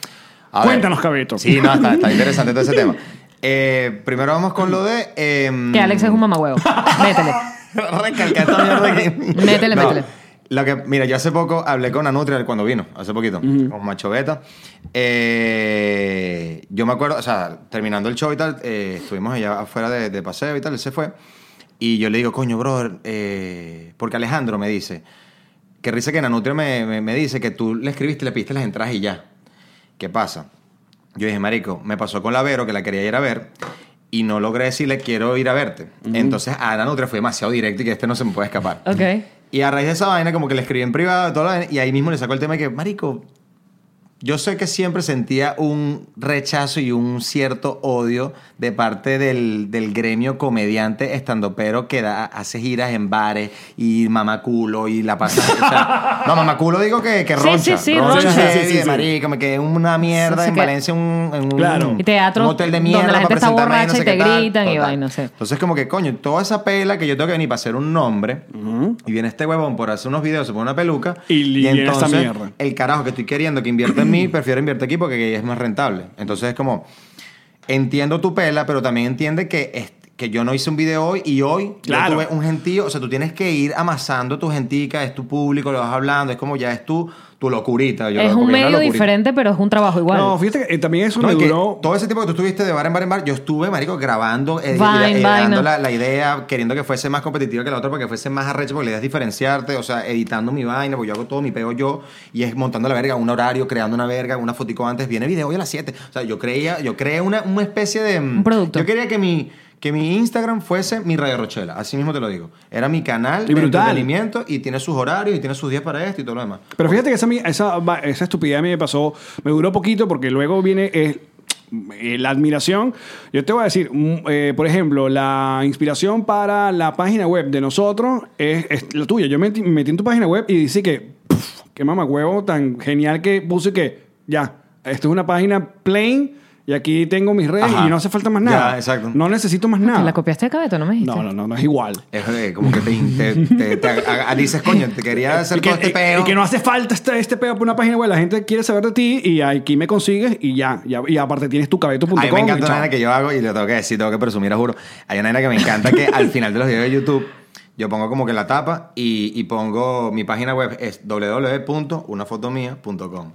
Speaker 1: A ver.
Speaker 4: Cuéntanos, Cabeto.
Speaker 1: Sí, no, está, está interesante todo ese tema. Eh, primero vamos con lo de. em,
Speaker 3: Que Alex es un mamahuevo. Métele.
Speaker 1: Recalcar esta mierda aquí.
Speaker 3: Métele, métele.
Speaker 1: Lo que, mira, yo hace poco hablé con una nutria cuando vino, hace poquito, con Macho Beta. Eh, yo me acuerdo, o sea, terminando el show y tal, eh, estuvimos allá afuera de, de paseo y tal, él se fue. Y yo le digo, coño, brother, eh, porque Alejandro me dice, que risa que Nanutria me, me, me dice que tú le escribiste, le pidiste las entradas y ya. ¿Qué pasa? Yo dije, marico, me pasó con la Vero, que la quería ir a ver, y no logré decirle, quiero ir a verte. Entonces a Nanutria fue demasiado directo y que este no se me puede escapar.
Speaker 3: Ok.
Speaker 1: Y a raíz de esa vaina, como que le escribí en privado, toda la vaina, y ahí mismo le sacó el tema de que, marico, yo sé que siempre sentía un rechazo y un cierto odio de parte del, del gremio comediante estandopero que da, hace giras en bares y mamaculo y la pasa. o sea, no, mamaculo digo que, que
Speaker 3: Sí,
Speaker 1: roncha.
Speaker 3: sí, sí,
Speaker 1: roncha.
Speaker 3: roncha.
Speaker 1: heavy
Speaker 4: Sí, sí, sí,
Speaker 1: de
Speaker 4: sí.
Speaker 1: marico, me quedé en una mierda
Speaker 3: Sí, sí,
Speaker 1: en
Speaker 3: que-
Speaker 1: Valencia, un, en un,
Speaker 4: Claro.
Speaker 3: Y teatro
Speaker 1: un hotel de
Speaker 3: donde
Speaker 1: mierda
Speaker 3: la
Speaker 1: para
Speaker 3: gente está
Speaker 1: presentarme ahí,
Speaker 3: borracha y
Speaker 1: qué
Speaker 3: te
Speaker 1: tal.
Speaker 3: gritan y
Speaker 1: Total.
Speaker 3: vaina, sí.
Speaker 1: Entonces, como que, coño, toda esa pela que yo tengo que venir para hacer un nombre, y viene este huevón por hacer unos videos, se pone una peluca,
Speaker 4: Y llena esta mierda.
Speaker 1: el carajo que estoy queriendo que invierta en mí, prefiero invierte aquí porque es más rentable. Entonces es como, entiendo tu pela, pero también entiende que, es- que yo no hice un video hoy y hoy yo
Speaker 4: Claro.
Speaker 1: tuve un gentío. O sea, tú tienes que ir amasando tu gentica, es tu público, lo vas hablando, es como ya es tu, tu locurita. Yo lo- porque
Speaker 3: es un
Speaker 1: es una
Speaker 3: medio
Speaker 1: locurita.
Speaker 3: diferente, pero es un trabajo igual.
Speaker 4: No, fíjate que eh, también eso
Speaker 1: No,
Speaker 4: me
Speaker 1: y que
Speaker 4: duró...
Speaker 1: todo ese tiempo que tú estuviste de bar en bar en bar, yo estuve, marico, grabando, eh,
Speaker 3: Vaina,
Speaker 1: eh,
Speaker 3: vaina.
Speaker 1: dando la, la idea, queriendo que fuese más competitiva que la otra, porque fuese más arrecho, porque la idea es diferenciarte, o sea, editando mi vaina, porque yo hago todo mi peo yo, y es montando la verga, un horario, creando una verga, una fotico antes, viene video hoy a las 7. O sea, yo creía, yo creé una, una especie de... Un
Speaker 3: producto.
Speaker 1: Yo quería que mi... Que mi Instagram fuese mi Radio Rochela, así mismo te lo digo. Era mi canal
Speaker 4: Y
Speaker 1: de
Speaker 4: brutal.
Speaker 1: entretenimiento y tiene sus horarios y tiene sus días para esto y todo lo demás.
Speaker 4: Pero fíjate que esa, mi- esa, va- esa estupidez a mí me pasó, me duró poquito porque luego viene eh, eh, la admiración. Yo te voy a decir, mm, eh, por ejemplo, la inspiración para la página web de nosotros es, es la tuya. Yo metí, me metí en tu página web y dice que, puf, qué mamagüevo tan genial que puse que, ya, esto es una página plain. y aquí tengo mis redes
Speaker 1: Ajá.
Speaker 4: y no hace falta más nada.
Speaker 1: Ya, exacto.
Speaker 4: No necesito más nada.
Speaker 3: ¿Te la copiaste de Cabeto? No me dijiste.
Speaker 4: No, no, no, no es igual.
Speaker 1: Es eh, como que te, te, te- te ag- ag- dices, coño, te quería hacer
Speaker 4: Eh, Y que,
Speaker 1: todo este
Speaker 4: y-
Speaker 1: peo.
Speaker 4: y que no hace falta este, este peo por una página web. La gente quiere saber de ti y aquí me consigues y ya. ya- y aparte tienes tu cabeto.com.
Speaker 1: A mí me encanta una
Speaker 4: chao.
Speaker 1: vaina que yo hago y le tengo que decir, tengo que presumir, os juro. Hay una vaina que me encanta que al final de los videos de YouTube yo pongo como que la tapa y, y pongo mi página web es www.unafotomia.com.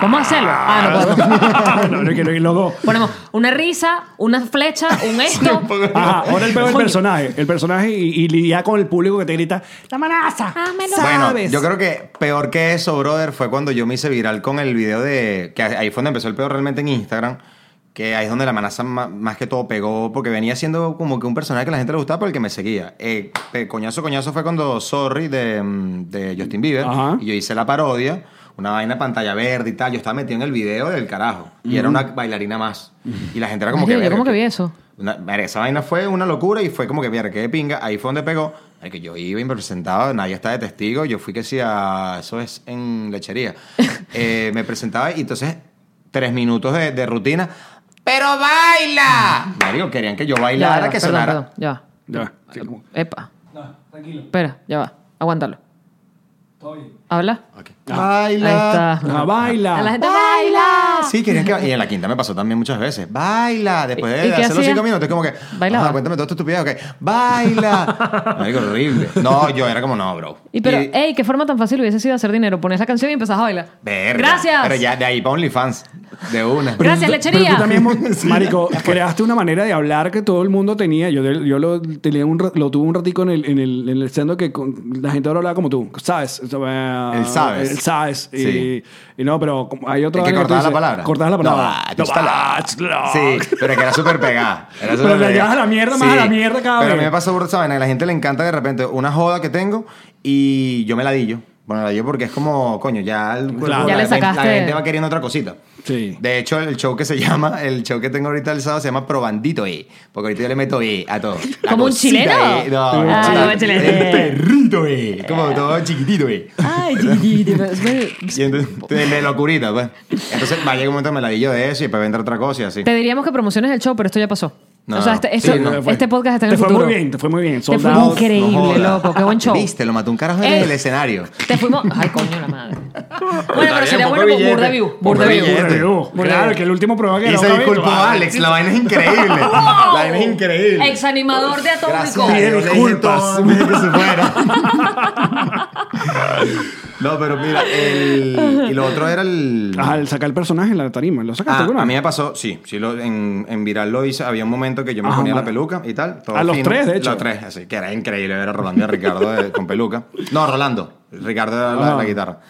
Speaker 3: ¿Cómo hacerlo? Ah, no puedo.
Speaker 4: no, no quiero ir loco.
Speaker 3: Ponemos una risa, una flecha, un esto.
Speaker 1: pues,
Speaker 4: Ajá, ahora el peo del personaje. El personaje y, y lidia con el público que te grita, ¡La manaza!
Speaker 3: Ah,
Speaker 1: Bueno,
Speaker 4: ¿sabes?
Speaker 1: yo creo que peor que eso, brother, fue cuando yo me hice viral con el video de. que ahí fue donde empezó el peor realmente en Instagram. Que ahí es donde la manaza ma- más que todo pegó, porque venía siendo como que un personaje que la gente le gustaba, pero el que me seguía. Eh, pe- coñazo, coñazo fue cuando Sorry de, mm, de Justin Bieber,
Speaker 4: Ajá.
Speaker 1: y yo hice la parodia, una vaina pantalla verde y tal. Yo estaba metido en el video del carajo, y era una bailarina más. Y la gente era como
Speaker 3: Marico,
Speaker 1: que.
Speaker 3: yo como
Speaker 1: "Verga,
Speaker 3: que vi
Speaker 1: ¿qué-
Speaker 3: eso.
Speaker 1: una- verga, esa vaina fue una locura y fue como que, mira, qué de pinga. Ahí fue donde pegó. Ay, que yo iba y me presentaba, nadie está de testigo. Yo fui que sí a. Eso es en lechería. Eh, me presentaba y entonces, tres minutos de, de rutina. ¡Pero baila! Marico, querían que yo
Speaker 3: Ya,
Speaker 1: bailara,
Speaker 3: ya,
Speaker 1: que
Speaker 3: perdón,
Speaker 1: sonara.
Speaker 3: perdón, ya va.
Speaker 4: Ya, sí, como-
Speaker 3: Epa. Espera, ya va. Aguántalo. Habla.
Speaker 1: Baila.
Speaker 3: Ahí está.
Speaker 4: Ah, baila.
Speaker 3: La gente baila.
Speaker 1: Sí, querían que. Y en la quinta me pasó también muchas veces. Baila. Después
Speaker 3: ¿Y
Speaker 1: de
Speaker 3: qué
Speaker 1: hacer los
Speaker 3: hacía?
Speaker 1: cinco minutos, es como que.
Speaker 3: Bailaba.
Speaker 1: "Ajá, cuéntame todo tu estupidez, ok. Baila. Marico, horrible. No, yo era como, no, bro.
Speaker 3: Y pero,
Speaker 1: Y-
Speaker 3: ey, qué forma tan fácil hubiese sido hacer dinero. Pones la canción y empezás a bailar.
Speaker 1: Verga.
Speaker 3: Gracias.
Speaker 1: Pero ya de ahí para OnlyFans. De una.
Speaker 3: Pero- Gracias,
Speaker 4: Pero
Speaker 3: lechería.
Speaker 4: tú también, mo- Marico, creaste una manera de hablar que todo el mundo tenía. Yo, yo lo, tenía un, ra- lo tuve un ratico en el, en el, en el stand-up que con- la gente ahora hablaba como tú. ¿Sabes?
Speaker 1: El
Speaker 4: El
Speaker 1: sabes.
Speaker 4: El sabes. Y,
Speaker 1: Sí.
Speaker 4: y no, pero como hay otra
Speaker 1: Es que
Speaker 4: vaina tú
Speaker 1: cortabas la
Speaker 4: dices,
Speaker 1: palabra.
Speaker 4: Cortabas la palabra.
Speaker 1: No, ah, tú estás
Speaker 4: No, ah, no.
Speaker 1: Sí, pero que era súper pegada. Era
Speaker 4: Pero
Speaker 1: súper
Speaker 4: la
Speaker 1: pegada.
Speaker 4: llevas a la mierda, más a la mierda cada
Speaker 1: Pero a
Speaker 4: vez.
Speaker 1: mí me pasa por esa vaina, que la gente le encanta de repente una joda que tengo y yo me la dillo. Bueno, la dillo porque es como, coño, ya el cuerpo-
Speaker 4: Claro.
Speaker 1: la,
Speaker 4: Ya
Speaker 3: le
Speaker 1: gente- la
Speaker 3: sacaste-
Speaker 1: gente va queriendo otra cosita.
Speaker 4: Sí.
Speaker 1: De hecho, el show que se llama, el show que tengo ahorita el sábado se llama Probandito E. Porque ahorita yo le meto E a todo. La
Speaker 3: ¿Como un
Speaker 1: cosita
Speaker 3: chileno?
Speaker 1: E. No,
Speaker 3: Ah,
Speaker 1: no,
Speaker 3: como
Speaker 1: no,
Speaker 3: un chileno. Eh.
Speaker 1: El perrito E. Como todo chiquitito E.
Speaker 3: Ay, chiquitito. Es muy-
Speaker 1: Y entonces, de locurita, pues. Entonces, va a llegar un momento me la di yo de eso y después va a entrar otra cosa y así.
Speaker 3: Te diríamos que promociones el show, pero esto ya pasó.
Speaker 1: No,
Speaker 3: o sea,
Speaker 1: no.
Speaker 3: este, esto-
Speaker 1: Sí, no,
Speaker 4: Te fue-
Speaker 3: este podcast está en
Speaker 4: Te
Speaker 3: el
Speaker 4: fue
Speaker 3: futuro.
Speaker 4: muy bien, te fue muy bien.
Speaker 3: Te
Speaker 4: Sold
Speaker 3: fue
Speaker 4: out.
Speaker 3: increíble.
Speaker 1: joda.
Speaker 3: loco, qué buen show.
Speaker 1: Viste, lo mató un carajo en
Speaker 3: Eh.
Speaker 1: el escenario.
Speaker 3: Te fuimos. Ay, coño, la madre. Bueno, pero
Speaker 1: bien,
Speaker 3: sería
Speaker 1: poco
Speaker 3: bueno con
Speaker 1: billete.
Speaker 3: Burdeview.
Speaker 1: Poco billete.
Speaker 3: Burdeview.
Speaker 4: Claro, Claro, que el último programa que
Speaker 1: Y
Speaker 4: era
Speaker 1: se
Speaker 4: otra vez,
Speaker 1: disculpó
Speaker 4: ah,
Speaker 1: a Alex, la vaina es increíble. La vaina es increíble.
Speaker 3: Ex animador de Atómico.
Speaker 1: Gracias.
Speaker 4: Pide
Speaker 1: Yo le dije
Speaker 4: disculpas.
Speaker 1: todo antes de que se fuera. No, pero mira, el- y lo otro era el.
Speaker 4: Al sacar el personaje en la tarima, ¿lo sacaste
Speaker 1: Ah,
Speaker 4: Ah, alguna?
Speaker 1: a mí me pasó, sí, sí lo, en, en Viral lo hice, había un momento que yo me
Speaker 4: Ajá,
Speaker 1: ponía la
Speaker 4: bueno.
Speaker 1: peluca y tal. todo
Speaker 4: Ah, A los tres, de hecho.
Speaker 1: Los tres, así, que era increíble ver a Rolando y a Ricardo de- con peluca. No, Rolando, Ricardo era la,
Speaker 4: Ajá.
Speaker 1: la guitarra.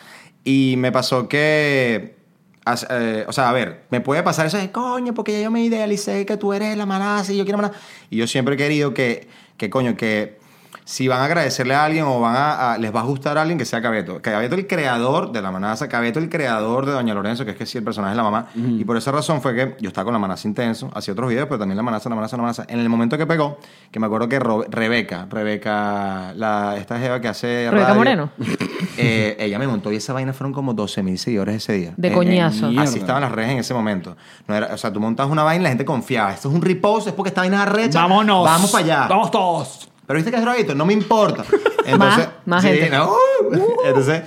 Speaker 1: Y me pasó que, as- eh, o sea, a ver, me puede pasar eso de, coño, porque ya yo me idealicé que tú eres la manaza y yo quiero manaza. Y yo siempre he querido que, que coño, que... Si van a agradecerle a alguien o van a, a- les va a gustar a alguien que sea Cabeto. Cabeto el creador de la manaza, Cabeto el creador de Doña Lorenzo, que es que sí, el personaje es la mamá. Y por esa razón fue que yo estaba con la manaza intenso, hacía otros videos, pero también la manaza, la manaza, la manaza. En el momento que pegó, que me acuerdo que Ro- Rebeca, Rebeca, la, esta jeva que hace.
Speaker 3: Rebeca
Speaker 1: radio,
Speaker 3: Moreno.
Speaker 1: eh, ella me montó y esa vaina fueron como 12 mil seguidores ese día. Eh,
Speaker 3: De
Speaker 1: En- en-
Speaker 3: coñazo.
Speaker 4: Mierda.
Speaker 1: así estaban las redes en ese momento. No era, o sea, tú montabas una vaina y la gente confiaba. Esto es un repost, es porque esta vaina es arrecha.
Speaker 4: Vámonos.
Speaker 1: Vamos para allá.
Speaker 4: Vamos todos.
Speaker 1: Pero viste que es drogadito, no me importa. Entonces,
Speaker 3: más
Speaker 1: sí,
Speaker 3: gente. Uh.
Speaker 1: no, Entonces,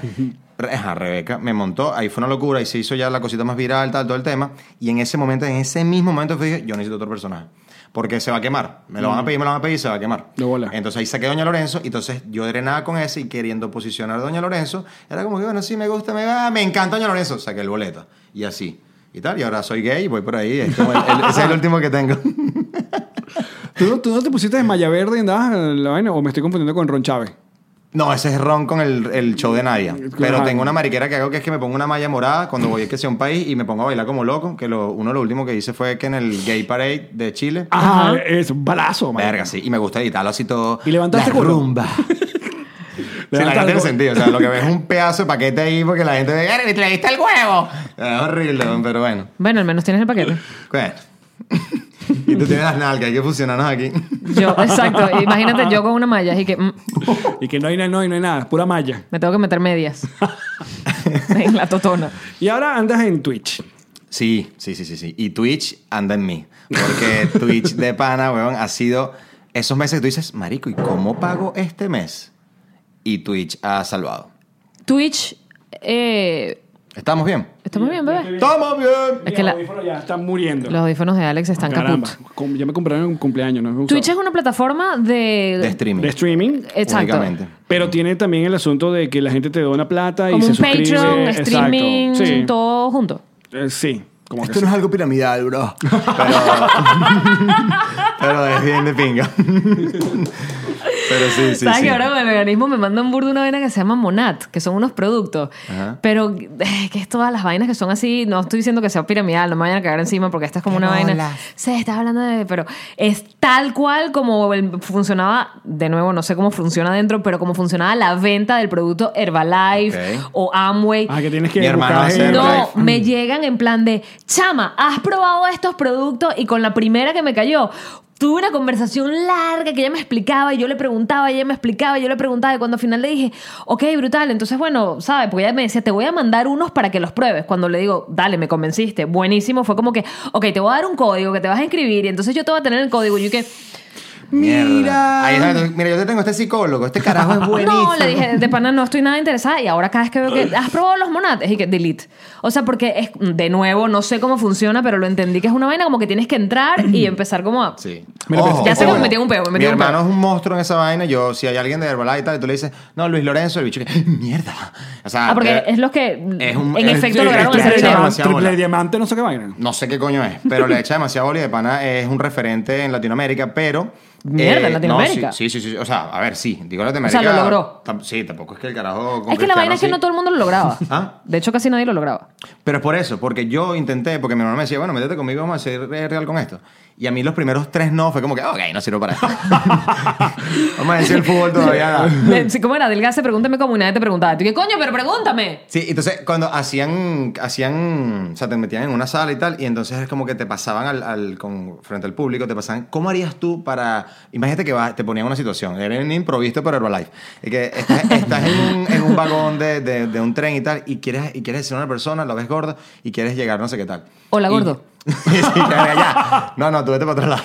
Speaker 1: re- ajá, Rebeca me montó, ahí fue una locura y se hizo ya la cosita más viral, tal, todo el tema. Y en ese momento, en ese mismo momento, fue, dije, yo necesito otro personaje. Porque se va a quemar. Me lo
Speaker 3: Mm.
Speaker 1: van a pedir, me lo van a pedir, se va a quemar.
Speaker 4: De bola.
Speaker 1: Entonces ahí saqué a Doña Lorenzo y entonces yo drenaba con ese y queriendo posicionar a Doña Lorenzo, era como que, bueno, sí, me gusta, me, va, me encanta Doña Lorenzo. Saqué el boleto y así. Y tal, y ahora soy gay y voy por ahí. es como el- el- ese es el último que tengo.
Speaker 4: ¿Tú, no- tú no te pusiste de malla verde y andabas en la vaina? ¿O me estoy confundiendo con Ron Chávez?
Speaker 1: No, ese es ron con el, el show de Nadia. Pero
Speaker 4: Ajá.
Speaker 1: tengo una mariquera que hago que es que me pongo una malla morada cuando voy es que sea un país y me pongo a bailar como loco. Que lo, uno de lo último que hice fue que en el Gay Parade de Chile.
Speaker 4: Ajá, es un balazo, man.
Speaker 1: Verga, sí. Y me gusta editarlo así todo.
Speaker 4: Y levantaste
Speaker 1: la
Speaker 4: culo.
Speaker 1: rumba. Sí, la verdad tiene sentido. O sea, lo que ves es un pedazo de paquete ahí porque la gente ve, ¡Eres, te le diste el huevo! Es horrible, pero bueno.
Speaker 3: Bueno, al menos tienes el paquete.
Speaker 1: Bueno. y tú tienes las nalgas, hay que fusionarnos aquí.
Speaker 3: Yo, exacto. Imagínate yo con una malla y que mm,
Speaker 4: Y que no hay, na- no hay, no hay nada, es pura malla.
Speaker 3: me tengo que meter medias en la totona.
Speaker 4: Y ahora andas en Twitch.
Speaker 1: Sí, sí, sí, sí, sí. Y Twitch anda en mí. Porque Twitch de pana, weón, ha sido esos meses que tú dices, marico, ¿y cómo pago este mes? Y Twitch ha salvado.
Speaker 3: Twitch, eh,
Speaker 1: ¿Estamos bien?
Speaker 3: ¿estamos bien, bebé?
Speaker 1: ¡Estamos bien!
Speaker 3: Es que la-
Speaker 4: ya están muriendo.
Speaker 3: los audífonos de Alex están
Speaker 4: Caramba,
Speaker 3: caput.
Speaker 4: com- ya me compraron un cumpleaños, no me gustaba.
Speaker 3: Twitch es una plataforma de...
Speaker 1: De este, streaming.
Speaker 4: de streaming,
Speaker 3: Exacto.
Speaker 1: Únicamente.
Speaker 4: pero tiene también el asunto de que la gente te dona plata y
Speaker 3: Como
Speaker 4: se
Speaker 3: un
Speaker 4: suscribe.
Speaker 3: Patreon,
Speaker 4: Exacto.
Speaker 3: streaming,
Speaker 4: Sí.
Speaker 3: todo junto.
Speaker 4: Eh, sí, como que
Speaker 1: Esto no es algo piramidal, bro. Pero, pero es bien de pinga. Pero sí, sí,
Speaker 3: ¿Sabes
Speaker 1: sí.
Speaker 3: que ahora con el veganismo me mandan burda una vaina que se llama Monat, que son unos productos?
Speaker 1: Ajá.
Speaker 3: Pero eh, que es todas las vainas que son así, no estoy diciendo que sea piramidal, no me vayan a cagar encima porque esta es como una vaina. Sí, estás hablando de. Pero es tal cual como el- funcionaba, de nuevo, no sé cómo funciona dentro, pero como funcionaba la venta del producto Herbalife
Speaker 1: Ok.
Speaker 3: o Amway.
Speaker 4: Ah, que tienes que
Speaker 1: Mi hermano
Speaker 4: buscar
Speaker 1: hace
Speaker 4: el-
Speaker 3: No,
Speaker 1: Herbalife.
Speaker 3: me llegan en plan de, chama, has probado estos productos y con la primera que me cayó, tuve una conversación larga que ella me explicaba y yo le preguntaba, y ella me explicaba, y yo le preguntaba y cuando al final le dije, ok, brutal, entonces bueno, ¿sabes? Porque ella me decía, te voy a mandar unos para que los pruebes. Cuando le digo, dale, me convenciste, buenísimo, fue como que, ok, te voy a dar un código que te vas a inscribir y entonces yo te voy a tener el código y yo que...
Speaker 1: Mierda. Ahí es donde- mira, yo te tengo este psicólogo. Este carajo es buenísimo.
Speaker 3: No, le dije, de pana no estoy nada interesada y ahora cada vez que veo que has probado los monates y que delete. O sea, porque es, de nuevo, no sé cómo funciona, pero lo entendí que es una vaina como que tienes que entrar y empezar como a...
Speaker 1: Sí.
Speaker 4: Mira, pero-
Speaker 3: Ya sé que me
Speaker 1: ojo.
Speaker 3: metí un peo, me metí
Speaker 1: Mi
Speaker 3: un peo.
Speaker 1: hermano es un monstruo en esa vaina. Yo, si hay alguien de Herbalife y tal, y tú le dices, no, Luis Lorenzo, el bicho que, mierda. O sea,
Speaker 3: Ah, porque
Speaker 1: eh,
Speaker 3: es los que
Speaker 1: es un-
Speaker 3: en
Speaker 1: es-
Speaker 3: efecto
Speaker 1: sí,
Speaker 3: lograron
Speaker 1: es
Speaker 3: hacer
Speaker 1: claro,
Speaker 3: dinero.
Speaker 1: claro.
Speaker 4: diamante,
Speaker 1: demasiado
Speaker 4: triple
Speaker 1: bola.
Speaker 4: diamante, no sé qué vaina.
Speaker 1: no sé qué coño es, pero le echa demasiada bola y de pana es un referente en Latinoamérica, pero. eh,
Speaker 3: Mierda, en
Speaker 1: no,
Speaker 3: Latinoamérica.
Speaker 1: sí, sí, sí, sí. O sea, a ver, sí, digo Latinoamérica.
Speaker 3: O sea, lo logró.
Speaker 1: tam- sí, tampoco es que el carajo. con
Speaker 3: Es que la
Speaker 1: Cristiano
Speaker 3: vaina es que
Speaker 1: sí.
Speaker 3: no todo el mundo lo lograba.
Speaker 1: Ah.
Speaker 3: De hecho, casi nadie lo lograba.
Speaker 1: Pero es por eso, porque yo intenté, porque mi hermano me decía, bueno, métete conmigo, vamos a ser eh, real con esto. Y a mí los primeros tres no, fue como que, ok, no sirvo para esto. vamos a decir el fútbol todavía.
Speaker 3: De- sí, ¿Cómo era? Delgase, pregúntame como una vez te preguntaba. Tú que coño, pero pregúntame.
Speaker 1: Sí, entonces cuando hacían, hacían, o sea, te metían en una sala y tal, y entonces es como que te pasaban al, al- con- frente al público, te pasaban, ¿cómo harías tú para, imagínate que vas- te ponían una situación, era un improviso pero Herbalife, y que estás, estás en, un, en un vagón de, de- de un tren y tal, y quieres, y quieres decir a una persona, la ves gorda, y quieres llegar no sé qué tal.
Speaker 3: Hola,
Speaker 1: Y-
Speaker 3: gordo.
Speaker 1: Sí, ya, ya. No, no, tú vete para otro lado.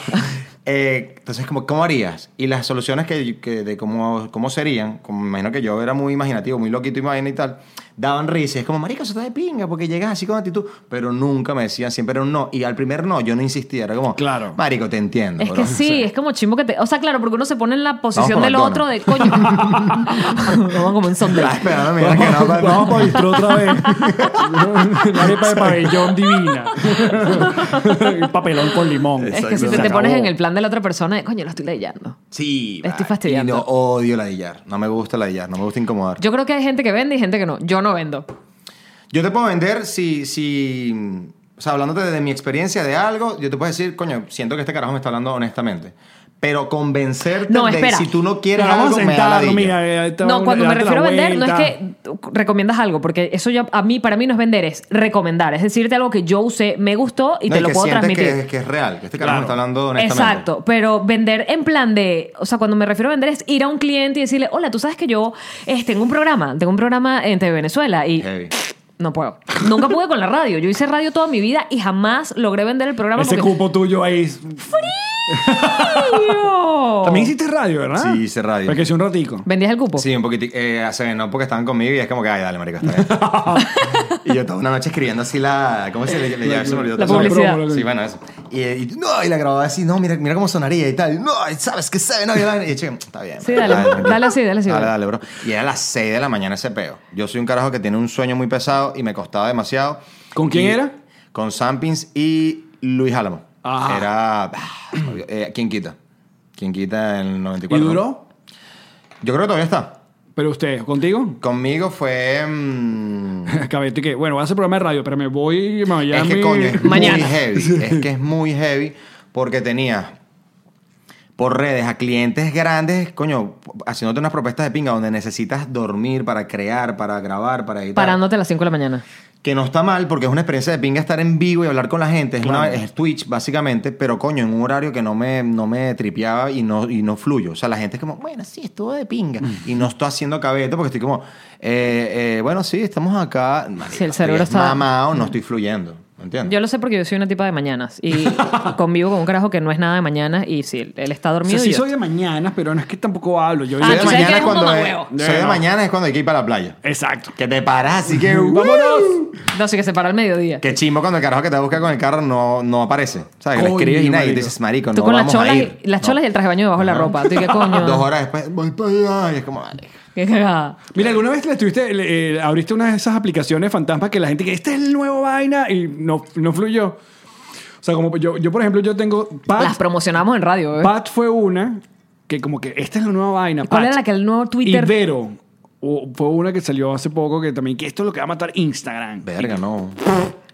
Speaker 1: Eh, entonces, como, ¿cómo harías? Y las soluciones que, que- de cómo, cómo serían, como me imagino que yo era muy imaginativo, muy loquito y vaina y tal, daban risa. Es como, marica, eso está de pinga, porque llegas así con actitud. Pero nunca me decían, siempre era un no. Y al primer no, yo no insistía. Era como,
Speaker 4: Claro.
Speaker 1: marico, te entiendo.
Speaker 3: Es
Speaker 1: bro".
Speaker 3: que sí, es como chimbo que te... O sea, claro, porque uno se pone en la posición
Speaker 1: por
Speaker 3: del
Speaker 1: McDonald's.
Speaker 3: otro de coño. Vamos como en
Speaker 1: Estaba
Speaker 3: Sunday.
Speaker 1: esperando, mira, que no,
Speaker 4: Vamos,
Speaker 1: para-
Speaker 4: vamos para Bistro otra vez. La arepa de pabellón divina. Un papelón con limón.
Speaker 3: Es que si
Speaker 1: Exacto.
Speaker 3: te,
Speaker 1: Se
Speaker 3: te pones
Speaker 4: acabó.
Speaker 3: en el plan de la otra persona, eh, coño, lo estoy leyendo.
Speaker 1: Sí,
Speaker 3: Estoy
Speaker 1: vale.
Speaker 3: fastidiando.
Speaker 1: Y no odio ladillar. No me gusta ladillar, no me gusta incomodar.
Speaker 3: Yo creo que hay gente que vende y gente que no. Yo no vendo.
Speaker 1: Yo te puedo vender si, si, o sea, hablándote de mi experiencia de algo, yo te puedo decir, coño, siento que este carajo me está hablando honestamente. Pero convencerte
Speaker 3: No,
Speaker 1: de
Speaker 3: espera.
Speaker 1: si tú no quieres
Speaker 4: Pero vamos a
Speaker 1: algo, me da
Speaker 4: sentarnos,
Speaker 1: ladilla.
Speaker 4: mira. eh, ahí está,
Speaker 3: No, cuando me
Speaker 4: date la
Speaker 3: refiero a vender, no es
Speaker 4: vuelta.
Speaker 3: que tú recomiendas algo, porque eso ya a mí, para mí no es vender, es recomendar. Es decirte algo que yo usé, me gustó y
Speaker 1: No,
Speaker 3: te
Speaker 1: y
Speaker 3: lo
Speaker 1: que
Speaker 3: puedo
Speaker 1: sientes
Speaker 3: transmitir.
Speaker 1: Que, que es real, que este carajo me está hablando honestamente.
Speaker 3: Exacto, pero vender en plan de, o sea, cuando me refiero a vender es ir a un cliente y decirle, hola, tú sabes que yo eh, tengo un programa, tengo un programa en TV Venezuela y
Speaker 1: Heavy.
Speaker 3: no puedo. Nunca pude con la radio, yo hice radio toda mi vida y jamás logré vender el programa.
Speaker 4: Ese
Speaker 3: porque-
Speaker 4: cupo tuyo ahí.
Speaker 3: ¡Tío!
Speaker 4: También hiciste radio, ¿verdad?
Speaker 1: Sí, hice radio.
Speaker 4: Porque hice un ratico.
Speaker 3: ¿Vendías el cupo?
Speaker 1: Sí, un poquitico. Eh, hace no porque estaban conmigo y es como que, ay, dale, marico, está bien. y yo toda una noche escribiendo así la. ¿Cómo se le, le- ya se me olvidó
Speaker 3: La
Speaker 1: todo.
Speaker 3: publicidad.
Speaker 1: Sí, bueno, eso. Y, y- no, y la grababa así, no, mira, mira cómo sonaría y tal. No, y sabes que sabe, no, y, la- y yo, está bien.
Speaker 3: Sí,
Speaker 1: bro,
Speaker 3: dale,
Speaker 1: tranquilo.
Speaker 3: dale así, dale así,
Speaker 1: Dale,
Speaker 3: bro.
Speaker 1: dale, bro. Y era a las 6 de la mañana ese peo. Yo soy un carajo que tiene un sueño muy pesado y me costaba demasiado.
Speaker 4: ¿Con quién
Speaker 1: Y-
Speaker 4: era?
Speaker 1: Con Sampins y Luis Álamo.
Speaker 4: Ajá.
Speaker 1: Era. ah, eh, ¿Quién quita? ¿Quién quita el
Speaker 4: ¿Y
Speaker 1: 94?
Speaker 4: duró?
Speaker 1: Yo creo que todavía está.
Speaker 4: ¿Pero usted, contigo?
Speaker 1: Conmigo fue. mm,
Speaker 4: Cabete que, bueno, voy a hacer programa de radio, pero me voy a
Speaker 1: es
Speaker 4: Miami.
Speaker 1: que coño, es
Speaker 3: Mañana.
Speaker 1: muy heavy. Es que es muy heavy porque tenía por redes a clientes grandes, coño, haciéndote unas propuestas de pinga donde necesitas dormir para crear, para grabar, para editar.
Speaker 3: Parándote a las 5 de la mañana.
Speaker 1: Que no está mal porque es una experiencia de pinga estar en vivo y hablar con la gente. Es, una, es Twitch, básicamente, pero coño, en un horario que no me, no me tripeaba y no, y no fluyo. O sea, la gente es como, bueno, sí, estuvo de pinga.
Speaker 4: Mm.
Speaker 1: Y no estoy haciendo cabeto porque estoy como, eh, eh, bueno, sí, estamos acá. Marico,
Speaker 3: el cerebro
Speaker 1: estoy
Speaker 3: está- Mm.
Speaker 1: mamado, no estoy fluyendo. ¿Me entiendes?
Speaker 3: Yo lo sé porque yo soy una tipa de mañanas y convivo con un carajo que no es nada de mañanas y sí, él está
Speaker 4: O sea,
Speaker 3: dormido.
Speaker 4: sí
Speaker 3: y yo-
Speaker 4: soy de mañanas, pero no es que tampoco hablo. Yo
Speaker 3: Ah,
Speaker 1: soy
Speaker 4: yo-
Speaker 1: de
Speaker 3: tú sabes que
Speaker 1: mañana
Speaker 3: eres
Speaker 1: es
Speaker 3: un
Speaker 1: cuando es,
Speaker 3: mamahuevo.
Speaker 1: soy de
Speaker 4: No.
Speaker 1: mañana es cuando hay que ir para la playa.
Speaker 4: Exacto.
Speaker 1: Que te paras, así que ¡uh!
Speaker 4: ¡Vámonos!
Speaker 3: No, sí que se para al mediodía.
Speaker 1: Qué chimbo cuando el carajo que te busca con el carro no, no aparece. ¿Sabes? Le
Speaker 4: Coño,
Speaker 1: escribes y nadie
Speaker 4: marico.
Speaker 1: te dices, marico,
Speaker 3: Tú
Speaker 1: no
Speaker 3: con las
Speaker 1: vamos a
Speaker 3: cholas,
Speaker 1: ir.
Speaker 3: y, las
Speaker 1: No.
Speaker 3: cholas y el traje de baño debajo de la ropa. ¿Tú qué coño?
Speaker 1: Dos horas después, voy para allá. Y es como, vale.
Speaker 3: Qué cagada.
Speaker 4: Mira, ¿alguna vez le estuviste, le- eh, abriste una de esas aplicaciones fantasmas que la gente que este es el nuevo vaina y no, no fluyó? O sea, como yo, yo, por ejemplo, yo tengo Pat.
Speaker 3: Las promocionamos en radio, ¿eh? bebé.
Speaker 4: Pat fue una que como que esta es la nueva vaina.
Speaker 3: ¿Cuál
Speaker 4: Pat.
Speaker 3: era la que el nuevo Twitter?
Speaker 4: Ibero. O- fue una que salió hace poco que también que esto es lo que va a matar Instagram.
Speaker 1: Verga, no.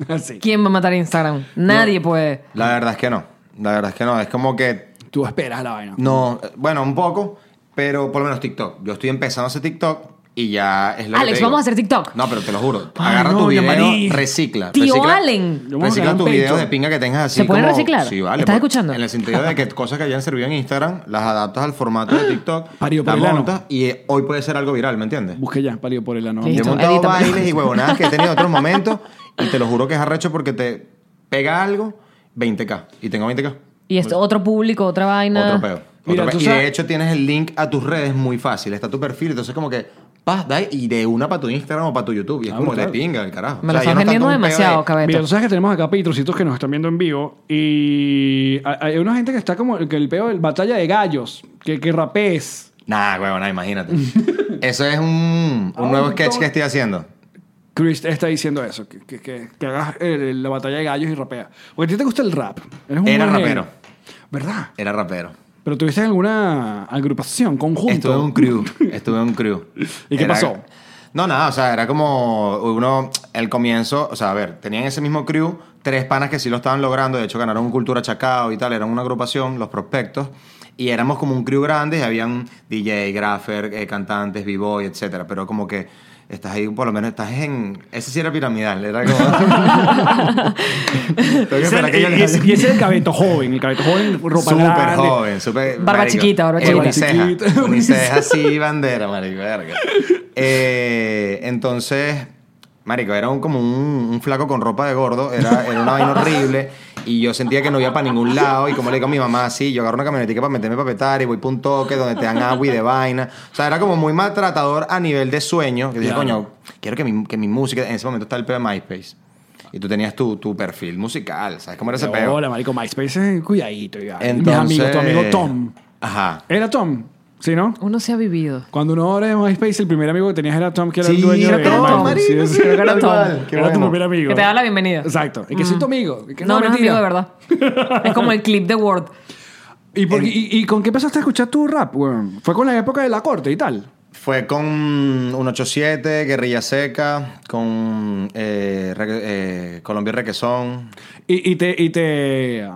Speaker 4: Así.
Speaker 3: ¿Quién va a matar Instagram? Nadie pues. puede.
Speaker 1: La verdad es que no. La verdad es que no. Es como que
Speaker 4: Tú esperas la vaina.
Speaker 1: No, eh, bueno, un poco, pero por lo menos TikTok. Yo estoy empezando a hacer TikTok y ya es lo que
Speaker 3: Alex,
Speaker 1: te digo.
Speaker 3: vamos a hacer TikTok.
Speaker 1: No, pero te lo juro.
Speaker 4: Ay,
Speaker 1: Agarra
Speaker 4: no,
Speaker 1: tu video,
Speaker 4: Yamari.
Speaker 1: recicla.
Speaker 3: Tío
Speaker 1: recicla,
Speaker 3: Allen.
Speaker 4: Yo me voy a
Speaker 1: Recicla
Speaker 4: ganar
Speaker 1: tu
Speaker 4: un
Speaker 1: video
Speaker 4: pecho.
Speaker 1: de pinga que tengas así.
Speaker 3: ¿Se pueden
Speaker 1: como-
Speaker 3: reciclar?
Speaker 1: Sí, vale.
Speaker 3: ¿Estás
Speaker 1: pues,
Speaker 3: escuchando?
Speaker 1: En el sentido de que cosas que hayan servido en Instagram, las adaptas al formato de TikTok,
Speaker 4: Parió
Speaker 1: las
Speaker 4: Pelano.
Speaker 1: montas y eh, hoy puede ser algo viral, ¿me entiendes?
Speaker 4: Busqué ya, parido por el ano.
Speaker 3: Sí.
Speaker 1: Yo he
Speaker 3: Listo,
Speaker 1: montado
Speaker 3: edítame.
Speaker 1: bailes y huevonadas que he tenido en otros momentos y te lo juro que es arrecho porque te pega algo 20k y tengo 20k.
Speaker 3: Y esto, otro público, otra vaina.
Speaker 1: Otro peo.
Speaker 4: Mira,
Speaker 1: Otro
Speaker 4: tú
Speaker 1: peo. Y
Speaker 4: sabes-
Speaker 1: de hecho tienes el link a tus redes muy fácil. Está tu perfil. Entonces como que vas, da y de una para tu Instagram o para tu YouTube. Y es
Speaker 4: Ah,
Speaker 1: como de
Speaker 4: brutal.
Speaker 1: pinga el carajo. O
Speaker 3: Me lo
Speaker 1: sea, ya
Speaker 3: estás
Speaker 1: no es tanto
Speaker 3: vendiendo
Speaker 1: un peo
Speaker 3: demasiado,
Speaker 1: de-
Speaker 3: cabrito.
Speaker 4: Mira, tú sabes que tenemos acá Petrocitos que nos están viendo en vivo y hay- hay una gente que está como que el peo del batalla de gallos, que, que rapés.
Speaker 1: Nah, huevona, imagínate. Eso es un, un nuevo sketch que estoy haciendo.
Speaker 4: Chris está diciendo eso, que, que- que- que hagas eh, la batalla de gallos y rapea. Porque a ti te gusta el rap. Eres un
Speaker 1: Era
Speaker 4: buen
Speaker 1: rapero.
Speaker 4: género. ¿Verdad?
Speaker 1: Era rapero.
Speaker 4: Pero tuviste alguna agrupación, conjunto.
Speaker 1: Estuve en un crew. Estuve en un crew.
Speaker 4: ¿Y qué pasó?
Speaker 1: No, nada, o sea, era como uno, el comienzo, o sea, a ver, tenían ese mismo crew, tres panas que sí lo estaban logrando, de hecho ganaron un Cultura Chacao y tal, eran una agrupación, los prospectos, y éramos como un crew grande, y habían DJ, grapher, eh, cantantes, b-boy, etcétera, pero como que estás ahí, por lo menos estás en, ese sí era piramidal, era como... Tengo que
Speaker 4: Ese-
Speaker 1: esperar que yo
Speaker 4: y,
Speaker 1: les
Speaker 4: ese,
Speaker 1: hable.
Speaker 4: y ese es el cabeto joven, el cabeto joven, ropa
Speaker 1: Súper
Speaker 4: grande.
Speaker 1: joven, súper.
Speaker 3: Barba chiquita, barba
Speaker 1: Eh,
Speaker 3: chiquita.
Speaker 1: Uniceja,
Speaker 4: Chiquita.
Speaker 1: uniceja así, bandera, marico, verga. Eh, entonces, marico, era un, como un, un flaco con ropa de gordo, era, era una vaina horrible. Y yo sentía que no iba para ningún lado. Y como le digo a mi mamá, sí, yo agarro una camionetica para meterme para petar y voy para un toque donde te dan agua y de vaina. O sea, era como muy maltratador a nivel de sueño. Que dije, coño, quiero que mi, que mi música. En ese momento está el pedo de MySpace. Y tú tenías tu, tu perfil musical. ¿Sabes cómo era ese
Speaker 4: Pero
Speaker 1: pedo?
Speaker 4: Hola, marico, MySpace, eh, cuidadito. ya. Mis
Speaker 1: Entonces-
Speaker 4: amigos, tu amigo Tom.
Speaker 1: Ajá.
Speaker 4: ¿Era Tom? ¿Sí, no?
Speaker 3: Uno se ha vivido.
Speaker 4: Cuando uno ahora de MySpace, el primer amigo que tenías era Tom, que era el
Speaker 1: Sí,
Speaker 4: dueño
Speaker 1: creo
Speaker 4: de
Speaker 1: que era Tom,
Speaker 4: MySpace.
Speaker 1: marico, sí, creo que era
Speaker 4: Tal
Speaker 1: Tom.
Speaker 4: cual.
Speaker 1: Qué
Speaker 4: Era tu
Speaker 1: bueno.
Speaker 4: primer amigo.
Speaker 3: Que te da la bienvenida.
Speaker 4: Exacto. Y que soy tu amigo. Y que
Speaker 3: No, no, es
Speaker 4: mentira.
Speaker 3: amigo de verdad. es como el clip de Word.
Speaker 4: ¿Y, por- y- y con qué empezaste a escuchar tu rap, weón? ¿Fue con la época de la corte y tal?
Speaker 1: Fue con un 87, Guerrilla Seca, con eh, Re- eh, Colombia Requesón.
Speaker 4: Y, y te... Y te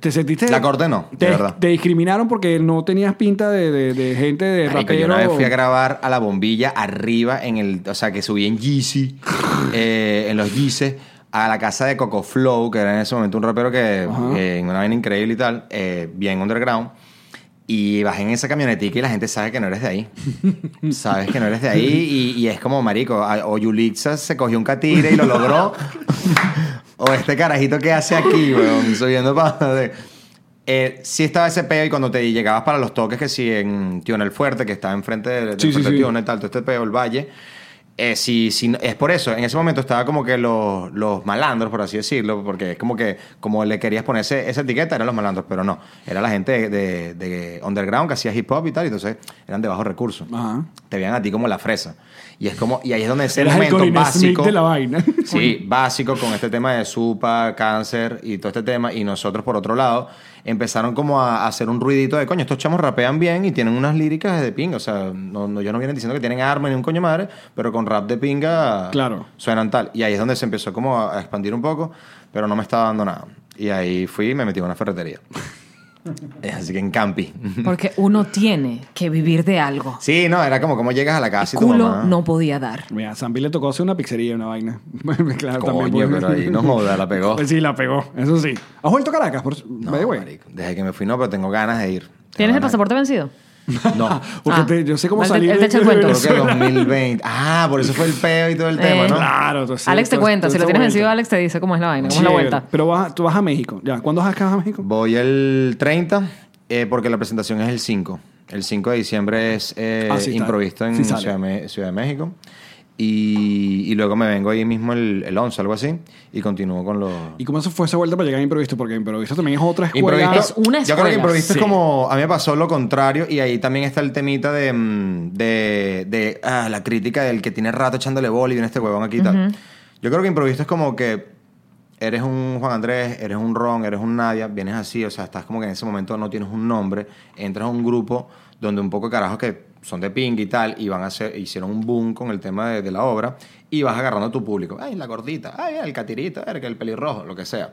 Speaker 4: te sentiste
Speaker 1: La corte no, de
Speaker 4: te,
Speaker 1: verdad.
Speaker 4: te discriminaron porque no tenías pinta de, de- de gente de
Speaker 1: Marico,
Speaker 4: rapero
Speaker 1: yo una vez fui a grabar a la bombilla arriba en el. O sea, que subí en Yeezy, eh, en los Yeezys, a la casa de Coco Flow, que era en ese momento un rapero que. eh, en una vaina increíble y tal, eh, bien underground. Y bajé en esa camionetica y la gente sabe que no eres de ahí. Sabes que no eres de ahí y, y es como, marico, a- o Yulixa se cogió un catire y lo logró. o este carajito que hace aquí, weón, subiendo para... Eh, sí estaba ese peo y cuando te llegabas para los toques que sí en Tionel Fuerte, que estaba enfrente del del
Speaker 4: Sí, sí,
Speaker 1: Fuerte
Speaker 4: sí.
Speaker 1: Tionel, tal, todo este peo, el Valle. Eh, sí, sí, no- es por eso, en ese momento estaba como que los, los malandros, por así decirlo, porque es como que como le querías poner ese- esa etiqueta, eran los malandros, pero no, era la gente de, de- de underground que hacía hip hop y tal, y entonces eran de bajos recursos
Speaker 4: Ajá.
Speaker 1: te veían a ti como la fresa. Y es como, y ahí es donde ese
Speaker 4: Eras el
Speaker 1: momento
Speaker 4: Corinne Smith
Speaker 1: básico.
Speaker 4: de la vaina.
Speaker 1: Sí, básico con este tema de supa, cáncer y todo este tema. Y nosotros, por otro lado, empezaron como a, a hacer un ruidito de coño, estos chamos rapean bien y tienen unas líricas de pinga. O sea, no, no, ellos no vienen diciendo que tienen arma ni un coño madre, pero con rap de pinga
Speaker 4: Claro.
Speaker 1: suenan tal. Y ahí es donde se empezó como a, a expandir un poco, pero no me estaba dando nada. Y ahí fui y me metí en una ferretería. Así que en Campi.
Speaker 3: Porque uno tiene que vivir de algo.
Speaker 1: Sí, no, era como, como llegas a la casa y tu
Speaker 3: Culo
Speaker 1: mamá-
Speaker 3: no podía dar.
Speaker 4: Mira, a Zambi le tocó hacer una pizzería, una vaina. claro,
Speaker 1: Coño,
Speaker 4: también. pues.
Speaker 1: pero ahí no joda, la pegó.
Speaker 4: Pues sí, la pegó, eso sí. ¿Has vuelto a Caracas? Por...
Speaker 1: No,
Speaker 4: by the way?
Speaker 1: marico, desde que me fui no, pero tengo ganas de ir. Tengo
Speaker 3: ¿Tienes
Speaker 1: ganas
Speaker 3: el
Speaker 1: de-
Speaker 3: pasaporte vencido?
Speaker 1: No.
Speaker 4: Porque
Speaker 3: Ah.
Speaker 4: te- yo sé cómo
Speaker 3: Él te-
Speaker 4: salir
Speaker 3: él te
Speaker 4: de-
Speaker 3: echa el cuento.
Speaker 1: Creo que 2020. Ah, por eso fue el peo y todo el tema,
Speaker 3: Eh.
Speaker 1: ¿no?
Speaker 4: Claro, entonces,
Speaker 3: Alex te
Speaker 4: entonces,
Speaker 3: cuenta, si lo
Speaker 4: entonces
Speaker 3: tienes
Speaker 4: vuelta.
Speaker 3: vencido, Alex te dice cómo es la vaina, cómo es la
Speaker 4: Chévere.
Speaker 3: vuelta.
Speaker 4: Pero vas, tú vas a México. Ya. ¿Cuándo vas acá a México?
Speaker 1: Voy el 30, eh, porque la presentación es el 5. El 5 de diciembre es eh,
Speaker 4: Ah, sí, está.
Speaker 1: improvisto en
Speaker 4: Sí sale.
Speaker 1: Ciudad, de Me- Ciudad de México. Y, y luego me vengo ahí mismo el, el 11, algo así, y continúo con los...
Speaker 4: ¿Y cómo se fue esa vuelta para llegar a improviso? Porque improviso también es otra escuela.
Speaker 1: Improvisto,
Speaker 3: Es una
Speaker 1: Yo creo
Speaker 3: escuela.
Speaker 1: que improviso
Speaker 4: Sí.
Speaker 1: es como. A mí me pasó lo contrario, y ahí también está el temita de. mm, de, de, ah, la crítica del que tiene rato echándole bola y viene este huevón aquí y tal. Yo creo que improviso es como que. Eres un Juan Andrés, eres un Ron, eres un Nadia, vienes así, o sea, estás como que en ese momento no tienes un nombre, entras a un grupo donde un poco de carajos que son de ping y tal, y van a hacer, hicieron un boom con el tema de, de la obra, y vas agarrando a tu público. Ay, la gordita, ay, el catirito, ay, el pelirrojo, lo que sea.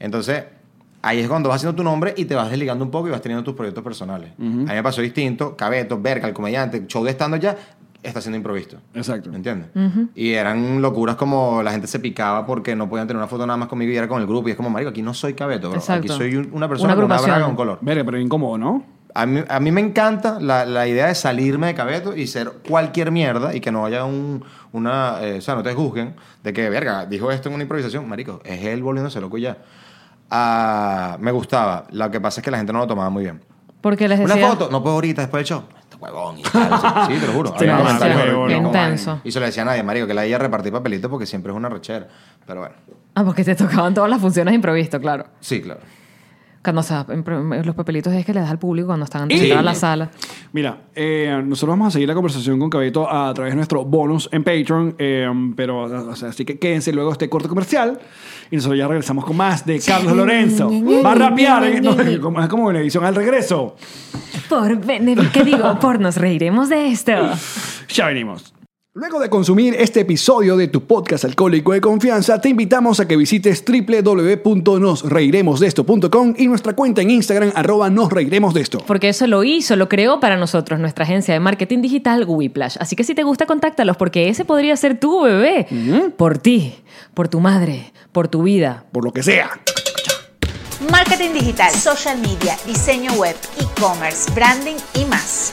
Speaker 1: Entonces, Ahí es cuando vas haciendo tu nombre y te vas desligando un poco y vas teniendo tus proyectos personales. A mí me pasó distinto. Cabeto, Berca, el comediante, show de estando ya, está siendo improviso.
Speaker 4: Exacto.
Speaker 1: ¿Me entiendes? Y eran locuras como la gente se picaba porque no podían tener una foto nada más conmigo y era con el grupo. Y es como, marico, aquí no soy Cabeto, bro.
Speaker 3: Exacto.
Speaker 1: Aquí soy un- una persona
Speaker 3: Una
Speaker 1: con una
Speaker 3: agrupación.
Speaker 1: braga, un color.
Speaker 4: Verga, pero incómodo, ¿no?
Speaker 1: A mí, a mí me encanta la, la idea de salirme de Cabeto y ser cualquier mierda y que no haya un, una... eh, o sea, no te juzguen de que, verga, dijo esto en una improvisación. Marico, es él volviéndose loco y ya. Ah, me gustaba. Lo que pasa es que la gente no lo tomaba muy bien.
Speaker 3: Porque les
Speaker 1: Una
Speaker 3: decía...
Speaker 1: foto, no puedo ahorita después del show. Este huevón y tal. Sí, te lo juro.
Speaker 4: Este
Speaker 1: Había
Speaker 4: mamá,
Speaker 1: comentarios
Speaker 4: huevón,
Speaker 1: horribles,
Speaker 4: no.
Speaker 1: como, ay,
Speaker 3: Intenso.
Speaker 1: Y se le decía a nadie, marico, que la ella repartir papelitos porque siempre es una rechera. Pero bueno,
Speaker 3: Ah, porque te tocaban todas las funciones de improviso, claro.
Speaker 1: sí, claro.
Speaker 3: Cuando, o sea, impro- los papelitos es que le das al público cuando están
Speaker 4: Sí.
Speaker 3: entrando a la sala.
Speaker 4: Mira, eh, nosotros vamos a seguir la conversación con Cabeto a través de nuestro bonus en Patreon, eh, pero o sea, así que quédense luego este corte comercial y nosotros ya regresamos con más de Carlos Lorenzo. Va a rapear, eh, no, como- es como una edición al regreso.
Speaker 3: Por, eh, ¿Qué digo? Por nos reiremos de esto.
Speaker 4: Ya venimos. Luego de consumir este episodio de tu podcast alcohólico de confianza, te invitamos a que visites www.nosreiremosdeesto.com y nuestra cuenta en Instagram arroba nosreiremosdeesto.
Speaker 3: Porque eso lo hizo, lo creó para nosotros nuestra agencia de marketing digital Whiplash. Así que si te gusta, contáctalos porque ese podría ser tu bebé. Por ti, por tu madre, por tu vida.
Speaker 4: Por lo que sea.
Speaker 2: Marketing digital, social media, diseño web, e-commerce, branding y más.